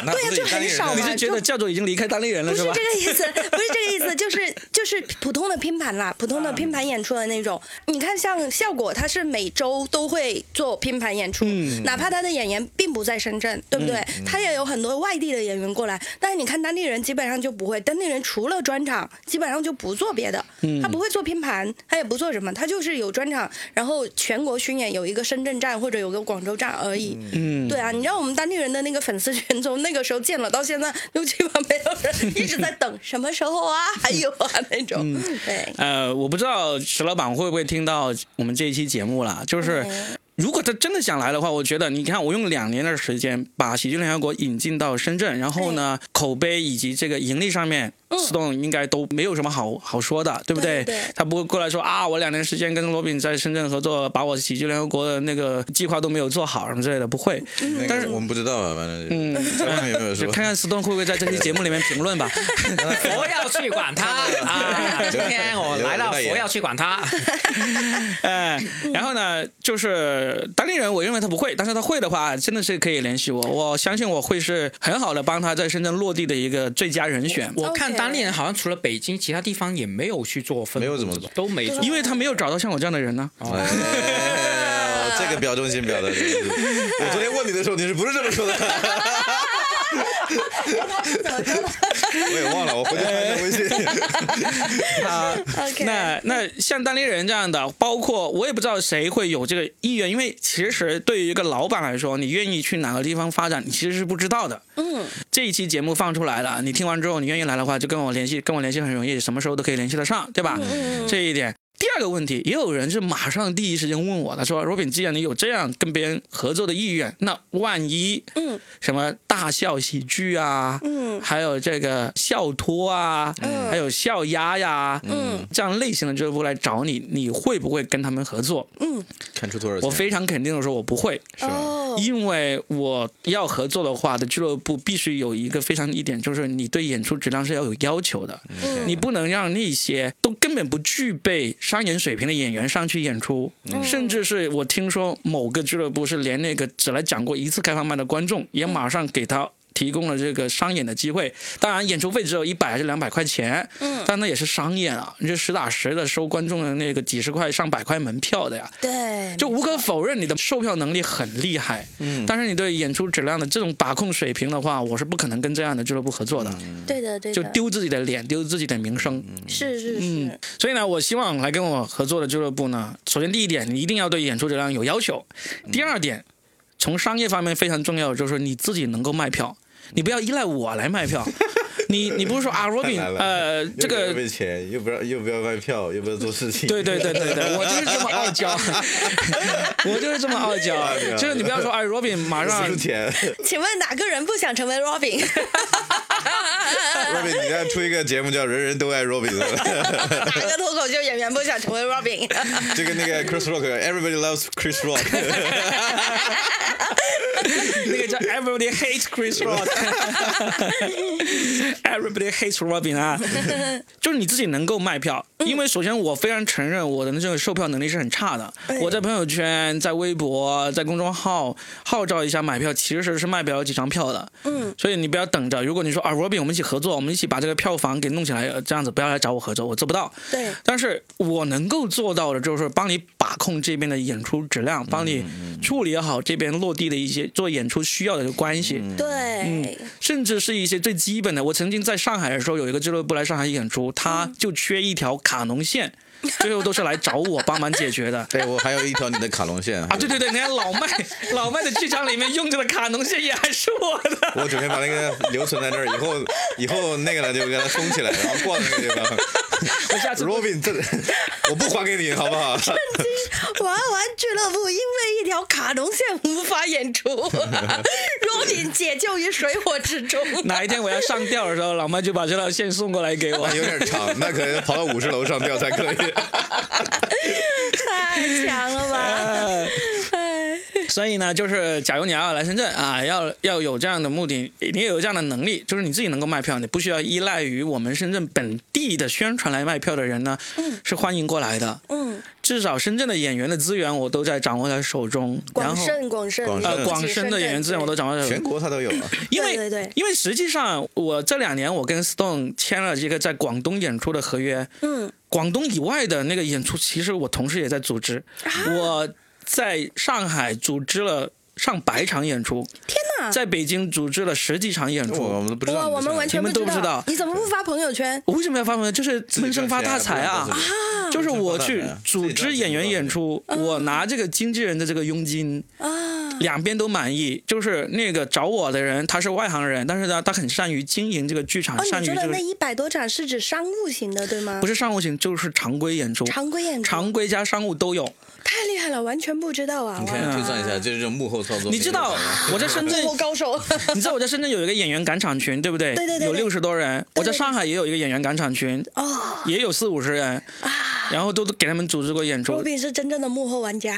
S3: 那
S2: 对呀、
S3: 不是
S2: 就
S3: 意大利
S2: 很
S3: 人
S2: 少
S3: 啊
S1: 你
S2: 嘛，
S1: 是觉
S2: 就
S1: 得教主已经离开大内人了
S2: 哦不是
S1: 吧
S2: 这？个意思，不是这个意思，就是就是普通的拼盘啦，普
S1: 啊
S2: 通的拼盘演出的那种。你看，像效果，他是每周都会做拼盘演出，
S1: 嗯
S2: 哪怕他的演员并不在深圳，对不对？他也有很多外地的演员过来，但是你看当地人基本上就不会，当地人除了专场，基本上就不做别的，
S1: 嗯
S2: 他不会做拼盘，他也不做什么，他就是有专场，然后全国巡演有一个深圳站或者有个广州站而已。
S1: 嗯，
S2: 对啊，你知道我们当地人的那个粉丝群，从那个时候建了到现在，就基本没有人一直在等什么时候啊，还有啊那种。对，
S1: 呃，我不知道石老板会不会听到我们这一期节目啦。就是
S2: 嗯
S1: 如果他真的想来的话，我觉得你看，我用两年的时间把喜剧联合国引进到深圳，然后呢，口碑以及这个盈利上面。石董应该都没有什么好好说的，对不
S2: 对嗯对
S1: 他不会过来说啊，我两年时间跟罗宾在深圳合作，把我喜剧联合国的那个计划都没有做好什么之类的，不会。
S2: 嗯
S3: 那
S1: 但是
S3: 个我们不知道啊，反正
S1: 嗯
S3: 就是在外面有没有
S1: 就
S3: 说？
S1: 看看石董会不会在这期节目里面评论吧。
S4: 佛要去管他啊！ (laughs) 今天我来了，
S3: 有有有有
S4: 佛要去管他。
S1: 哎，然后呢，就是当地人，我认为他不会，但是他会的话，真的是可以联系我，我相信我会是很好的帮他在深圳落地的一个最佳人选，
S4: 我看
S2: OK
S4: 当地人好像除了北京，其他地方也没有去做分，
S3: 没有怎么做
S4: 都没做
S1: 因。为他没有找到像我这样的人呢、
S3: 哎哦这个表忠心表的，我昨天问你的时候，你是不是这么说的？我也忘了，我回去看一下微信。
S1: (laughs)
S2: OK，
S1: 那那像当地人这样的，包括我也不知道谁会有这个意愿，因为其实对于一个老板来说，你愿意去哪个地方发展，你其实是不知道的。
S2: 嗯，
S1: 这一期节目放出来了，你听完之后，你愿意来的话，就跟我联系，跟我联系很容易，什么时候都可以联系得上，对
S2: 嗯
S1: 吧？这一点。第二个问题，也有人是马上第一时间问我的，说罗饼，既然你有这样跟别人合作的意愿，那万一，
S2: 嗯，
S1: 什么大笑喜剧啊，
S2: 嗯
S1: 还有这个笑托啊，
S2: 嗯
S1: 还有笑鸭呀，
S2: 嗯，
S1: 这样类型的俱乐部来找你，你会不会跟他们合作？
S3: 看出多少钱？
S1: 我非常肯定的说，我不会。
S3: 吧
S2: 哦，
S1: 因为我要合作的话的俱乐部必须有一个非常一点，就是你对演出质量是要有要求的，
S2: 嗯
S1: 你不能让那些都根本不具备商演水平的演员上去演出，
S2: 嗯
S1: 甚至是我听说某个俱乐部是连那个只来讲过一次开放麦的观众也马上给他。提供了这个商演的机会，当然演出费只有一百还是两百块钱，嗯，但那也是商演啊，你就实打实的收观众的那个几十块、上百块门票的呀，
S2: 对，
S1: 就无可否认，你的售票能力很厉害，嗯，但是你对演出质量的这种把控水平的话，我是不可能跟这样的俱乐部合作的，
S2: 对的对的，
S1: 就丢自己的脸，丢自己的名声。嗯
S2: 是是是，
S1: 所以呢，我希望来跟我合作的俱乐部呢，首先第一点，你一定要对演出质量有要求；第二点，从商业方面非常重要的就是你自己能够卖票，你不要依赖我来卖票。你你不是说啊，Robin，
S3: 难了
S1: 呃，这
S3: 又
S1: 个
S3: 不要被钱，又不要又不要卖票，又不要做事情。
S1: 对对对对对，我就是这么傲娇，我就是这么傲娇，就是你不要说哎，Robin 马上
S3: 付出
S1: (laughs)
S3: 钱。
S2: 请问哪个人不想成为 Robin？
S3: Robin，你要出一个节目叫《人人都爱 Robin》了， (laughs)
S2: 哪个脱口秀演员不想成为 Robin？
S1: (laughs)
S3: 就跟那个 Chris Rock，Everybody loves Chris Rock， (laughs)。
S1: 那个叫 Everybody Hates Chris (laughs) Rock，Everybody Hates Robin 啊，就是你自己能够卖票，因为首先我非常承认我的这个售票能力是很差的，我在朋友圈、在微博、在公众号号召一下买票，其实是卖不了几张票的，嗯，所以你不要等着，如果你说啊 Robin 我们一起合作，我们一起把这个票房给弄起来，呃这样子不要来找我合作，我做不到，
S2: 对，
S1: 但是我能够做到的就是帮你把控这边的演出质量，帮你处理好这边落地的一些做演出需要的一个关系，
S2: 嗯对，
S1: 甚至是一些最基本的。我曾经在上海的时候，有一个俱乐部来上海演出，他就缺一条卡农线，最后都是来找我帮忙解决的
S3: 对我还有一条你的卡龙线
S1: 啊，对对对，你看老麦，老麦的剧场里面用着的卡农线也还是我的。
S3: 我准备把那个留存在那儿，以后以后那个了就给它封起来，然后挂在那个地方。
S1: 我下次
S3: Robin，这我不还给你，好不
S1: (laughs)
S3: 好？
S2: 玩玩俱乐部因为一条卡农线无法演出 (laughs) ，Robin 解救于水火之
S1: (laughs)
S2: 中。
S1: 哪一天我要上吊的时候，老麦就把这条线送过来给我 (laughs)
S3: (laughs) 那。有点长，那可能跑到五十楼上吊才可
S1: (laughs)
S3: 以。
S2: 太强了吧！
S1: 哎所以呢，就是假如你要来深圳啊，要要有这样的目的，你也有这样的能力，就是你自己能够卖票，你不需要依赖于我们深圳本地的宣传来卖票的人呢，是欢迎过来的。
S2: 嗯，
S1: 至少深圳的演员的资源我都在掌握在手中，然
S2: 广
S1: 后
S2: 盛广盛
S3: 广，
S1: 呃
S3: 深
S1: 广深的演员资源我都掌握在手中
S3: (laughs) 全。国他都有 (laughs) 啊。
S1: 因为
S2: 对对对
S1: 因为实际上我这两年我跟 Stone 签了一个在广东演出的合约，
S2: 嗯，
S1: 广东以外的那个演出，其实我同事也在组织，
S2: 啊
S1: 我在上海组织了。上百场演出，
S2: 天哪！
S1: 在北京组织了十几场演
S3: 我
S1: 出。
S3: 我们都不知
S2: 哇，
S3: 道，
S2: 我们完全
S1: 你们都不知道
S2: 你怎么不发朋友圈？
S1: 我为什么要发朋友圈？就是闷声发大财啊！就是我去组织演员演出，我拿这个经纪人的这个佣金，
S2: 啊，
S1: 两边都满意。就是那个找我的人，他是外行人，但是呢，他很善于经营这个剧场，
S2: 哦，
S1: 善
S2: 你
S1: 于
S2: 说
S1: 这
S2: 的
S1: 个
S2: 那一百多场是指商务型的，对吗？
S1: 不
S2: 是
S1: 是商务型就是常规演出，
S2: 常规演出，
S1: 常规加商务都有。
S2: 太厉害了，完全不知道啊！
S3: 你看
S2: 哇
S3: 推算一下，就是这种幕后操作。
S1: 你知道
S3: 啊
S2: 啊
S1: 我在深圳
S2: 幕，后
S1: (laughs)
S2: 高手，
S1: 你知道我在深圳有一个演员赶场群，对不对？
S2: 对对对
S1: 有六十多人。我在上海也有一个演员赶场群， (laughs)
S2: 哦
S1: 也有四五十人，
S2: 啊
S1: 然后都给他们组织过演出。
S2: ，Robin 是真正的幕后玩家，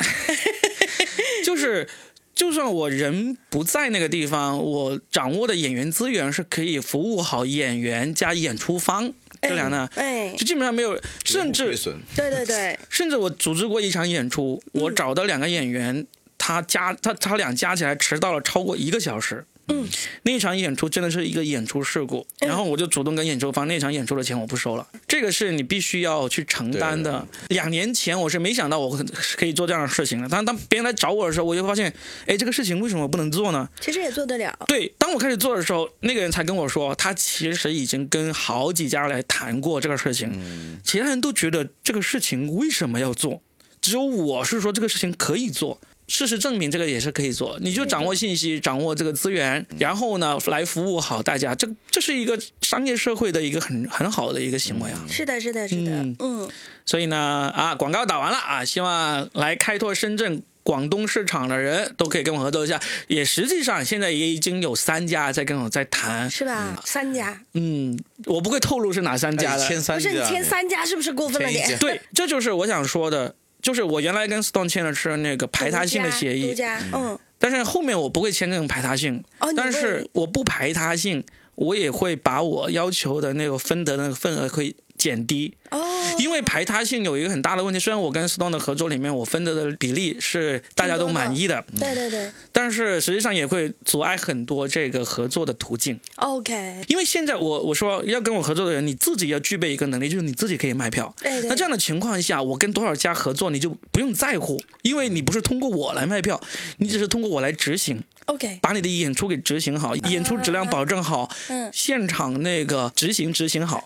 S1: 就是，就算我人不在那个地方，我掌握的演员资源是可以服务好演员加演出方这两呢，
S2: 哎，
S1: 就基本上没有，甚至
S3: 亏损
S2: 对对对，
S1: 甚至我组织过一场演出，
S2: 嗯
S1: 我找到两个演员，他加他他俩加起来迟到了超过一个小时。
S2: 嗯，
S1: 那一场演出真的是一个演出事故，
S2: 嗯
S1: 然后我就主动跟演出方，那场演出的钱我不收了，这个是你必须要去承担的。两年前我是没想到我可以做这样的事情的，但当别人来找我的时候，我就发现，哎，这个事情为什么不能做呢？
S2: 其实也做得了，
S1: 对，当我开始做的时候，那个人才跟我说，他其实已经跟好几家来谈过这个事情，其他人都觉得这个事情为什么要做，只有我是说这个事情可以做。事实证明，这个也是可以做。你就掌握信息，掌握这个资源，然后呢，来服务好大家。这个这是一个商业社会的一个很很好的一个行为啊。
S2: 是的，是的，是的，
S1: 嗯
S2: 嗯，
S1: 所以呢，啊，广告打完了啊，希望来开拓深圳。广东市场的人都可以跟我合作一下，也实际上现在也已经有三家在跟我在谈，
S2: 是吧？三家，
S1: 嗯，我不会透露是哪三家
S3: 哎
S1: 的。
S3: 签
S2: 不
S3: 三
S2: 是你
S3: 家，
S2: 签三家是不是过分了
S3: 签一
S2: 点
S3: 家？
S1: 对，这就是我想说的，就是我原来跟 Stone 签的是那个排他性的协
S2: 独
S1: 议，
S2: 家，独家嗯，
S1: 但是后面我不会签这种排他性，
S2: 哦，你
S1: 但
S2: 问
S1: 是我不排他性，我也会把我要求的那个分得的那个份额可以减低。
S2: 哦，
S1: 因为排他性有一个很大的问题，虽然我跟 Stone 的合作里面，我分得的比例是大家都满意的，
S2: 对对对
S1: 但是实际上也会阻碍很多这个合作的途径。
S2: ，OK，
S1: 因为现在我我说要跟我合作的人，你自己要具备一个能力，就是你自己可以卖票。
S2: 对对，
S1: 那这样的情况下，我跟多少家合作，你就不用在乎，因为你不是通过我来卖票，你只是通过我来执行，
S2: OK，
S1: 把你的演出给执行好，演出质量保证好，
S2: 嗯，
S1: 现场那个执行执行好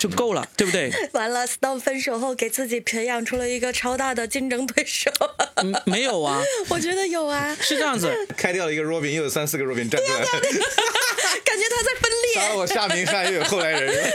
S1: 就够了，对不对？
S2: (laughs) 完了，Stone 分手后给自己培养出了一个超大的竞争对手，
S1: 嗯没有啊，
S2: 我觉得有
S4: (laughs)
S2: 啊，
S1: 是这样子。
S3: 开掉了一个 Robin，又有三四个 Robin 站出来，
S2: 感觉他在分
S3: 然后
S2: 裂，
S3: 我夏明翰又有后来人，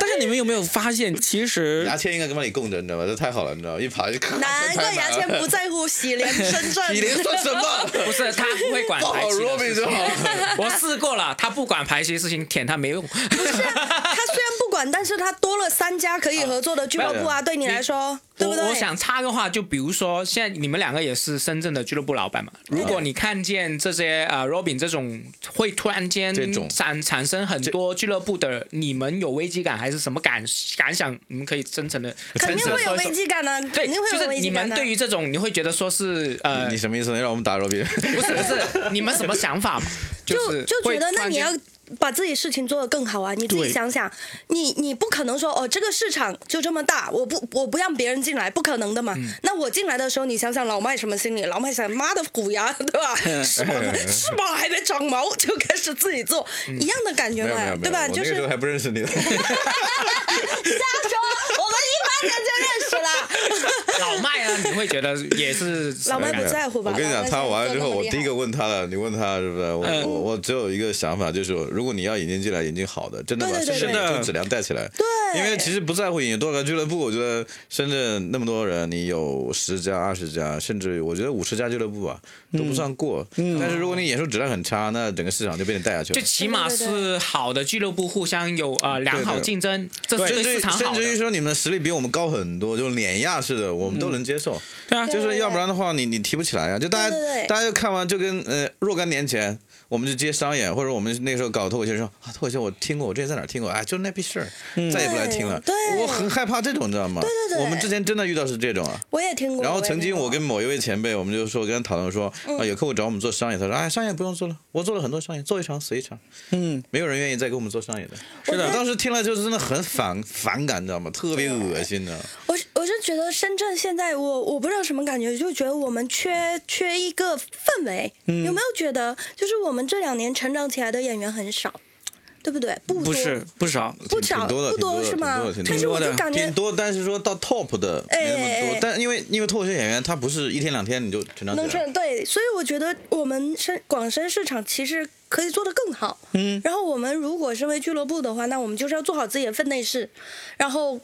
S1: 但是你们有没有发现，其实
S3: (laughs) 牙签应该跟帮你供着，你知道吗？这太好了，你知道吗？一爬就咔，
S2: 难怪牙签不在乎
S4: (laughs)
S2: 喜连深
S3: 你连
S2: 圳，
S3: 算 (laughs) 什么？
S4: 不是他不会管
S3: 抱
S4: 排
S3: 好啊
S4: 期的
S3: Robin
S4: 事
S3: 就
S4: 情，
S3: 好 (laughs) 了。
S4: (laughs) 我试过了，他不管排期的事情，舔他没用。啊
S2: 他虽然不管，但是他多了三家可以合作的俱乐部啊，对你来说，对不对？
S4: 我我想插个话，就比如说，现在你们两个也是深圳的俱乐部老板嘛。
S2: 嗯
S4: 如果你看见这些呃 Robin 这种会突然间
S3: 这种
S4: 产产生很多俱乐部的，你们有危机感还是什么感感想？你们可以真诚的，
S2: 肯定会有危。机感的、肯
S4: 对，
S2: 定
S4: 就
S2: 会有
S4: 是
S2: 危
S4: 你
S2: 机
S4: 们
S2: 感的、
S4: 对于这种，你会觉得说是呃
S3: 你，什么意思？让我们打 Robin？
S4: 不是不是，你们什么想
S2: (laughs)
S4: 法嘛？是
S2: 就
S4: 会
S2: 觉得
S4: 突
S2: 那
S4: 然
S2: 你
S4: 间
S2: 要把自己事情做得更好啊！你自己
S1: 对
S2: 想想，你你不可能说哦，这个市场就这么大，我不我不让别人进来，不可能的嘛。
S3: 嗯
S2: 那我进来的时候，你想想老麦什么心理？老麦想，妈的虎牙，对吧？
S3: (laughs)
S2: 翅膀翅膀还没长毛就开始自己做，一样的感觉
S3: 嗯没有没有没有，，
S2: 嘛对
S3: 我
S2: 吧？就
S3: 那个
S2: 是
S3: 时候还不认识
S2: (laughs)
S3: 你呢。
S2: 瞎说，我们一八年就
S3: (laughs)
S2: 认识了。
S4: (laughs) 老麦啊，你会觉得也是
S2: (laughs) 老麦不在乎吧？
S3: 我跟你
S2: 老
S3: 讲，
S2: 麦
S3: 他
S2: 现在
S3: 完了
S2: 做
S3: 之后，
S2: 得那么
S3: 我
S2: 厉
S3: 第一
S2: 害
S3: 个问他的，你问他是不是？我
S1: 嗯
S3: 我我只有一个想法，就是如果你要引进进来，引进好的，真的把
S2: 对对
S3: 深
S2: 对
S1: 对是
S3: 圳这
S1: 的
S3: 种质量带起来。
S2: 对
S3: 因为其实不在乎引进多少个俱乐部，我觉得深圳那么多人，你有十家、二十家，甚至我觉得五十家俱乐部吧，都不算过。但是如果你演出质量很差，那整个市场就被你带下去
S4: 就
S3: 了。
S4: 起码
S2: 对对对
S4: 是好的俱乐部互相有呃良好竞争，这是
S3: 甚
S4: 对
S3: 至
S4: 市场
S3: 甚
S4: 好
S3: 至于
S4: 的。
S3: 说你们的实力比我们高很多，就碾压式的，我们都能接接受。
S1: 对啊，
S2: 对
S3: 就是要不然的话，你你提不起来呀、就大家
S2: 对对对
S3: 大家就看完，就跟呃若干年前，我们就接商演，或者我们那时候搞脱口秀说啊，脱口秀我听过，我之前在哪儿听过，哎，就那批事儿，
S4: 嗯
S3: 再也不来听了。
S2: 对对
S3: 我很害怕这种，你知道吗？
S2: 对对对
S3: 我们之前真的遇到是这种啊。
S2: 我也听过。
S3: 然后
S2: 也
S3: 曾
S2: 听
S3: 经
S2: 过
S3: 我跟某一位前辈，我们就说跟他讨论说，
S2: 嗯
S3: 啊，有客户找我们做商业，他说，哎，商业不用做了，我做了很多商业，做一场死一场，
S1: 嗯，
S3: 没有人愿意再给我们做商业的。
S2: 是的
S3: 我当时听了就是真的很反反感，你知道吗？特别恶心的。
S2: 我是我是觉得深圳现在我我不知道什么感觉，就觉得我们缺缺一个氛围，
S3: 嗯
S2: 有没有觉得就是我们这两年成长起来的演员很少，对不对？不多
S1: 不是不少，
S2: 不少
S3: 挺多的
S2: 不
S3: 挺多的
S2: 是吗
S3: 挺多的挺多？的
S2: 但是我就感觉
S3: 挺多，但是说到 top 的没那么
S2: 哎哎
S3: 多
S2: 哎，
S3: 但因为因为脱口秀演员他不是一天两天你就成长
S2: 能
S3: 起来了，
S2: 成对，所以我觉得我们深广深市场其实可以做得更好。嗯，然后我们如果身为俱乐部的话，那我们就是要做好自己的分内事，然后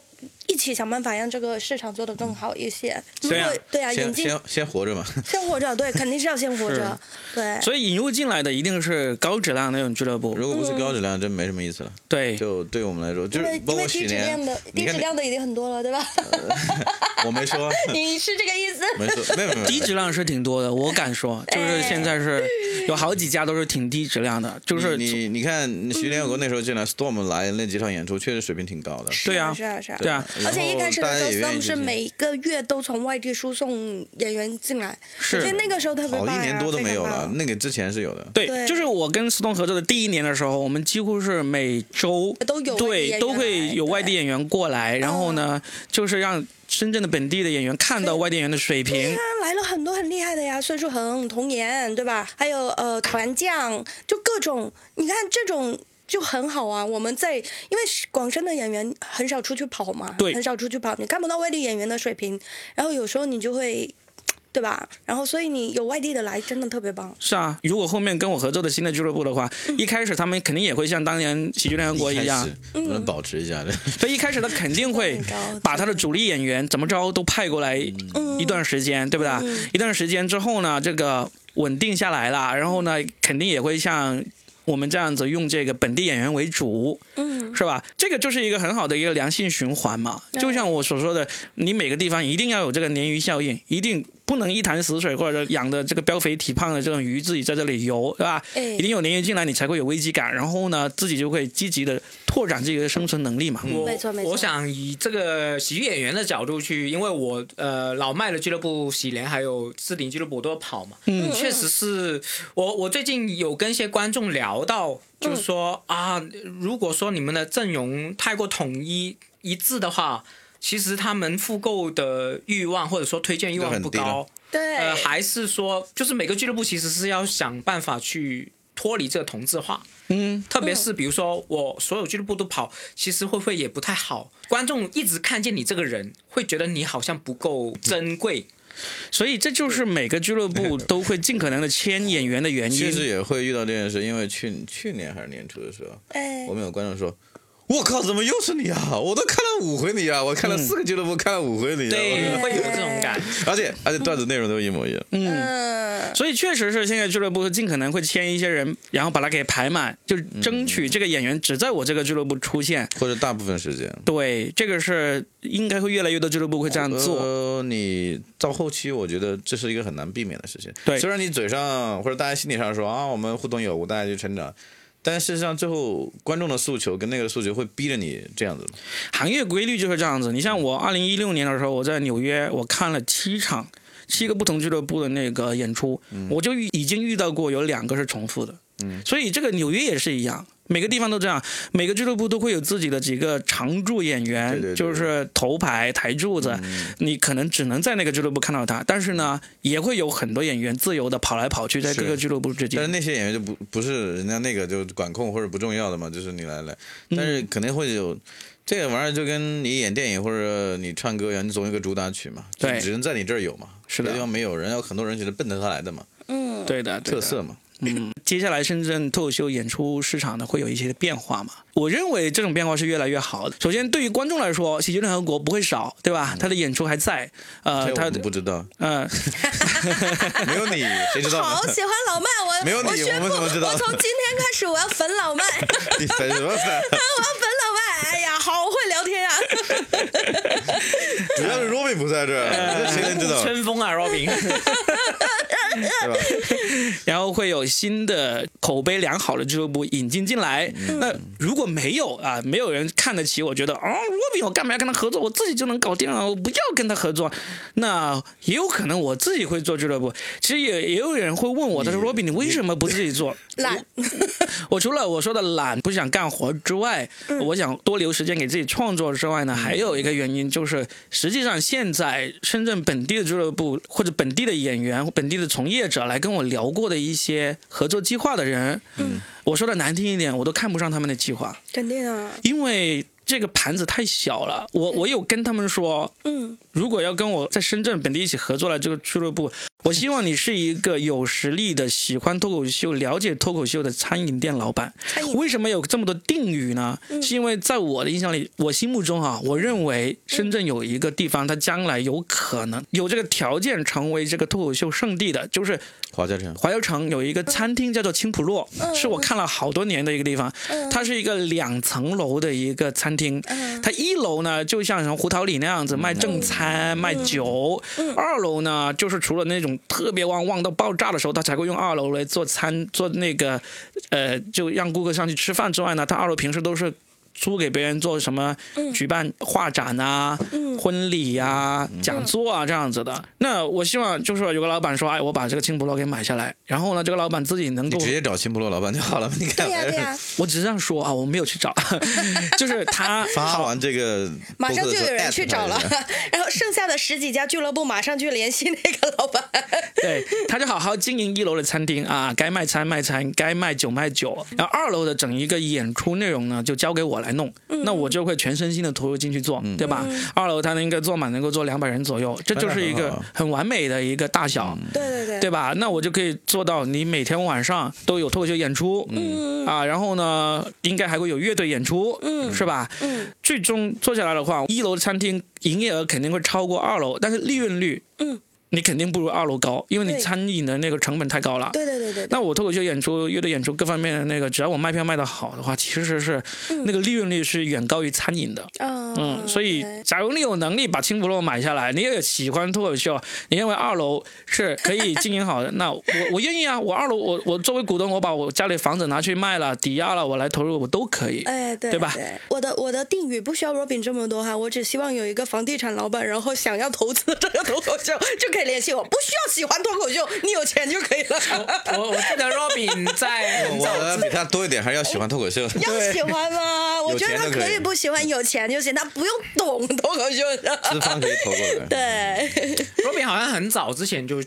S2: 一起想办法让这个市场做得更好一些。如
S1: 对啊
S2: 果对啊，引
S3: 先
S2: 进
S3: 先先活着嘛。
S2: 先活着，对，肯定是要先活着，对。
S1: 所以引入进来的一定是高质量的那种俱乐部。
S3: 如果不是高质量，真没什么意思了。
S1: 对，
S3: 就对我们来说，就
S2: 嗯因
S3: 是
S2: 为
S3: 包
S2: 因
S3: 括
S2: 为低
S3: 喜
S2: 质量
S3: 年
S2: 的，低
S3: 你
S2: 质
S3: 看你嗯
S2: 量的已经很多了，对吧？
S3: 我没
S2: (laughs)
S3: 说，
S2: 你是这个意思？
S3: 没说，没有没有。
S1: 低质量是挺多的，我敢说，就是现在是有好几家都是挺低质量的，就是嗯
S3: 你你你看徐连国那时候进来，Storm 来那几场演出，确实水平挺高的。
S1: 对啊
S2: 是啊，是啊。
S1: 对啊
S3: 然后
S2: 而且一开始
S3: 大
S2: 的
S3: 家
S2: 时候
S3: 也愿意去
S2: ，Storm 是
S3: 听
S2: 每个月都从外地输送演员进来，
S1: 是
S2: 所以那个时候特别
S3: 好
S2: 棒、
S3: 一
S2: 啊、
S3: 年多都没有
S2: 非常
S3: 了
S2: 棒，
S3: 那个之前是有的。
S1: 对，
S2: 对
S1: 就是我跟斯通合作的第一年的时候，我们几乎是每周
S2: 都有外地
S1: 对
S2: 演员
S1: 都会
S2: 来
S1: 有外地
S2: 对
S1: 演员过来，然后呢，就是让深圳的本地的演员看到外地演员的水
S2: 对
S1: 平
S2: 啊。，来了很多很厉害的呀，孙树恒、童颜，对吧？还有呃，团酱，就各种，你看这种就很好啊。我们在因为广深的演员很少出去跑嘛，
S1: 对
S2: 很少出去跑，你看不到外地演员的水平，然后有时候你就会。对吧？然后，所以你有外地的来，真的特别棒。
S1: 是啊，如果后面跟我合作的新的俱乐部的话，
S2: 嗯
S1: 一开始他们肯定也会像当年喜剧联合国一样，
S3: 能
S2: 嗯
S3: 不能保持一
S1: (laughs)
S3: 下？
S1: 所以一开始他肯定会
S2: 很嗯高嗯
S1: 把他的主力演员怎么着都派过来
S3: 嗯
S1: 一段时间，对不对？一段时间之后呢，这个稳定下来了，然后呢，肯定也会像我们这样子用这个本地演员为主，
S2: 嗯，
S1: 是吧？这个就是一个很好的一个良性循环嘛。
S2: 对
S1: 就像我所说的，你每个地方一定要有这个鲶鱼效应，一定不能一潭死水或者养的这个膘肥体胖的这种鱼自己在这里游，对吧？
S2: 哎
S1: 一定有鲶鱼进来，你才会有危机感，然后呢，自己就会积极的拓展自己的生存能力嘛。
S3: 嗯
S4: 我
S2: 没错没错
S4: 我想以这个喜剧演员的角度去，因为我呃老麦的俱乐部喜联还有置顶俱乐部我都有跑嘛，嗯，确实是我我最近有跟一些观众聊
S2: 嗯
S4: 到，就是说、啊，如果说你们的阵容太过统一一致的话。其实他们复购的欲望或者说推荐欲望
S3: 就很
S4: 不
S3: 低了
S4: 高，
S2: 对
S4: 呃，还是说，就是每个俱乐部其实是要想办法去脱离这个同质化。嗯，特别是比如说我所有俱乐部都跑，其实会不会也不太好？观众一直看见你这个人，会觉得你好像不够珍贵。
S1: 所以这就是每个俱乐部都会尽可能的签演员的原
S3: 确实
S1: 因。
S3: 也会遇到这件事，因为去去年还是年初的时候，
S2: 哎
S3: 我，们有观众说：“我靠，怎么又是你啊？我都看了五回你啊，我看
S1: 嗯
S3: 了四个俱乐部，看了五回你、啊。”
S4: 嗯对，会有这种感。
S3: 而且而且段子内容都一模一样。
S2: 嗯，
S1: 所以确实是现在俱乐部尽可能会签一些人，然后把他给排满，就争取这个演员只在我这个俱乐部出现。
S3: 或者大部分时间
S1: 对，这个是应该会越来越多俱乐部会这样做。
S3: 呃，你到后期，我觉得这是一个很难避免的事情。
S1: 对
S3: 虽然你嘴上或者大家心理上说啊，我们互动有无，大家就成长，但事实上最后观众的诉求跟那个诉求会逼着你这样子。
S1: 行业规律就是这样子。你像我二零一六年的时候，我在纽约，我看了七场。七个不同俱乐部的那个演出，
S3: 嗯
S1: 我就遇已经遇到过有两个是重复的，所以这个纽约也是一样，每个地方都这样，每个俱乐部都会有自己的几个常驻演员，
S3: 对嗯对对
S1: 就是头牌台柱子，你可能只能在那个俱乐部看到他，但是呢，也会有很多演员自由的跑来跑去，在
S3: 是
S1: 各个俱乐部之
S3: 但是
S1: 间。
S3: 那些演员就不不是人家那个就管控或者不重要的嘛，就是你来来，但是
S1: 嗯
S3: 肯定会有。这个玩意儿就跟你演电影或者你唱歌一样，你总有一个主打曲嘛，就
S1: 对
S3: 只能在你这儿有嘛，
S1: 是的
S3: 别地方没有人，有很多人觉得奔着他来的嘛，
S1: 对的，对啊
S3: 特
S1: 的
S3: 色嘛。
S1: 嗯接下来深圳脱口秀演出市场呢会有一些变化嘛？我认为这种变化是越来越好的。首先，对于观众来说，喜剧联合国不会少，对吧？他的演出还在，呃，
S3: 这
S1: 他
S3: 我们不
S1: (laughs)
S3: 知道，
S1: 呃，
S3: 没有你谁知道呢？
S2: 好喜欢老麦，我
S3: 没有你
S2: 我宣
S3: 我
S2: 布，
S3: 们怎么知道
S2: 我从今天开始我要粉老麦， (laughs) 我
S3: (laughs) 你
S2: (laughs)
S3: 粉什么粉？
S2: 要粉老麦，哎呀，好会聊天啊！
S3: 主要是 Robin 不在这儿，
S2: 哎
S3: 这谁能知道？
S4: (laughs) 春风啊，Robin，
S3: 对吧？
S1: 然后会有新的口碑良好的俱乐部引进进来。那如果没有啊，没有人看得起，我觉得啊，罗比我干嘛要跟他合作？我自己就能搞定啊，我不要跟他合作。那也有可能我自己会做俱乐部。其实也也有人会问我，他说罗比，你为什么不自己做？
S2: 懒，
S1: 我除了我说的懒，不想干活之外，我想多留时间给自己创作之外呢，还有一个原因就是，实际上现在深圳本地的俱乐部或者本地的演员、本地的从业者来跟我聊过的一些合作计划的人，嗯，我说的难听一点，我都看不上他们的计划，
S2: 肯定啊，
S1: 因为这个盘子太小了。我我有跟他们说，
S2: 嗯，
S1: 如果要跟我在深圳本地一起合作的这个俱乐部，我希望你是一个有实力的、喜欢脱口秀、了解脱口秀的餐饮店老板。
S2: 餐饮
S1: 为什么有这么多定语呢？是因为在我的印象里，我心目中啊，我认为深圳有一个地方，它将来有可能有这个条件成为这个脱口秀圣地的，就是
S3: 华侨城，
S1: 华侨城有一个餐厅叫做青浦路，是我看了好多年的一个地方。
S2: 嗯
S1: 它是一个两层楼的一个餐厅，
S2: 嗯
S1: 它一楼呢就像什么胡桃里那样子卖正餐、卖酒，二楼呢就是除了那种特别旺旺到爆炸的时候，它才会用二楼来做餐做那个，呃，就让顾客上去吃饭之外呢，它二楼平时都是。租给别人做什么？举办画展啊、婚礼呀、
S3: 嗯
S1: 讲座啊这样子的。那我希望就是说有个老板说，哎，我把这个青浦楼给买下来，然后呢，这个老板自己能
S3: 你
S1: 够
S3: 直接找新部落老板就好了嘛。你看
S2: 对，呀对 (laughs) 呀，
S1: 我只是这样说啊，我没有去找， (laughs) 就是他
S3: (laughs) 发完这个，
S2: (laughs) 马上就有人去找了， (laughs) 然后剩下的十几家俱乐部马上去联系那个老板。
S1: (laughs) 对，他就好好经营一楼的餐厅啊，该卖餐卖餐，该卖酒卖酒，然后二楼的整一个演出内容呢，就交给我来弄，那我就会全身心的投入进去做，对吧？二楼它应该坐满能够坐两百人左右，这就是一
S3: 那很
S1: 个
S3: 好
S1: 很完美的一个大小。
S2: 对对对
S1: 对吧？那我就可以做到你每天晚上都有脱口秀演出，嗯啊，然后呢，应该还会有乐队演出，嗯，是吧？嗯，最终做下来的话，一楼的餐厅营业额肯定会超过二楼，但是利润率，
S2: 嗯，
S1: 你肯定不如二楼高，因为你
S2: 对
S1: 餐饮的那个成本太高了。
S2: 对对对对对，
S1: 那我脱口秀演出、乐队演出各方面的那个，只要我卖票卖得好的话，其实是、那个利润率是远高于餐饮的。嗯，
S2: 嗯
S1: 所以假如你有能力把青浦路买下来，你也喜欢脱口秀，你认为二楼是可以经营好
S2: (laughs)
S1: 的，那我我愿意啊，我二楼我我作为股东，我把我家里房子拿去卖了、抵押了，我来投入，我都可以。
S2: 哎，对
S1: 对吧
S2: 我的我的定语不需要 Robin 这么多哈，我只希望有一个房地产老板，然后想要投资这个脱口秀，就可以联系我，不需要喜欢脱口秀，你有钱就可以了。
S5: 我我记得 Robin 在
S2: (laughs)
S5: 很
S3: 我
S5: 早之
S3: 比他多一点，还是要喜欢脱口秀。 (laughs)
S2: 要喜欢吗？我
S3: 有
S2: 觉得
S3: 钱
S2: 他
S3: 就可
S2: 可
S3: 以
S2: 以不喜欢，有钱就行，他不用懂脱口秀
S3: 资
S2: 的。
S3: 方可以投过来。
S2: (laughs) 对，
S4: ，Robin 好像很早之前就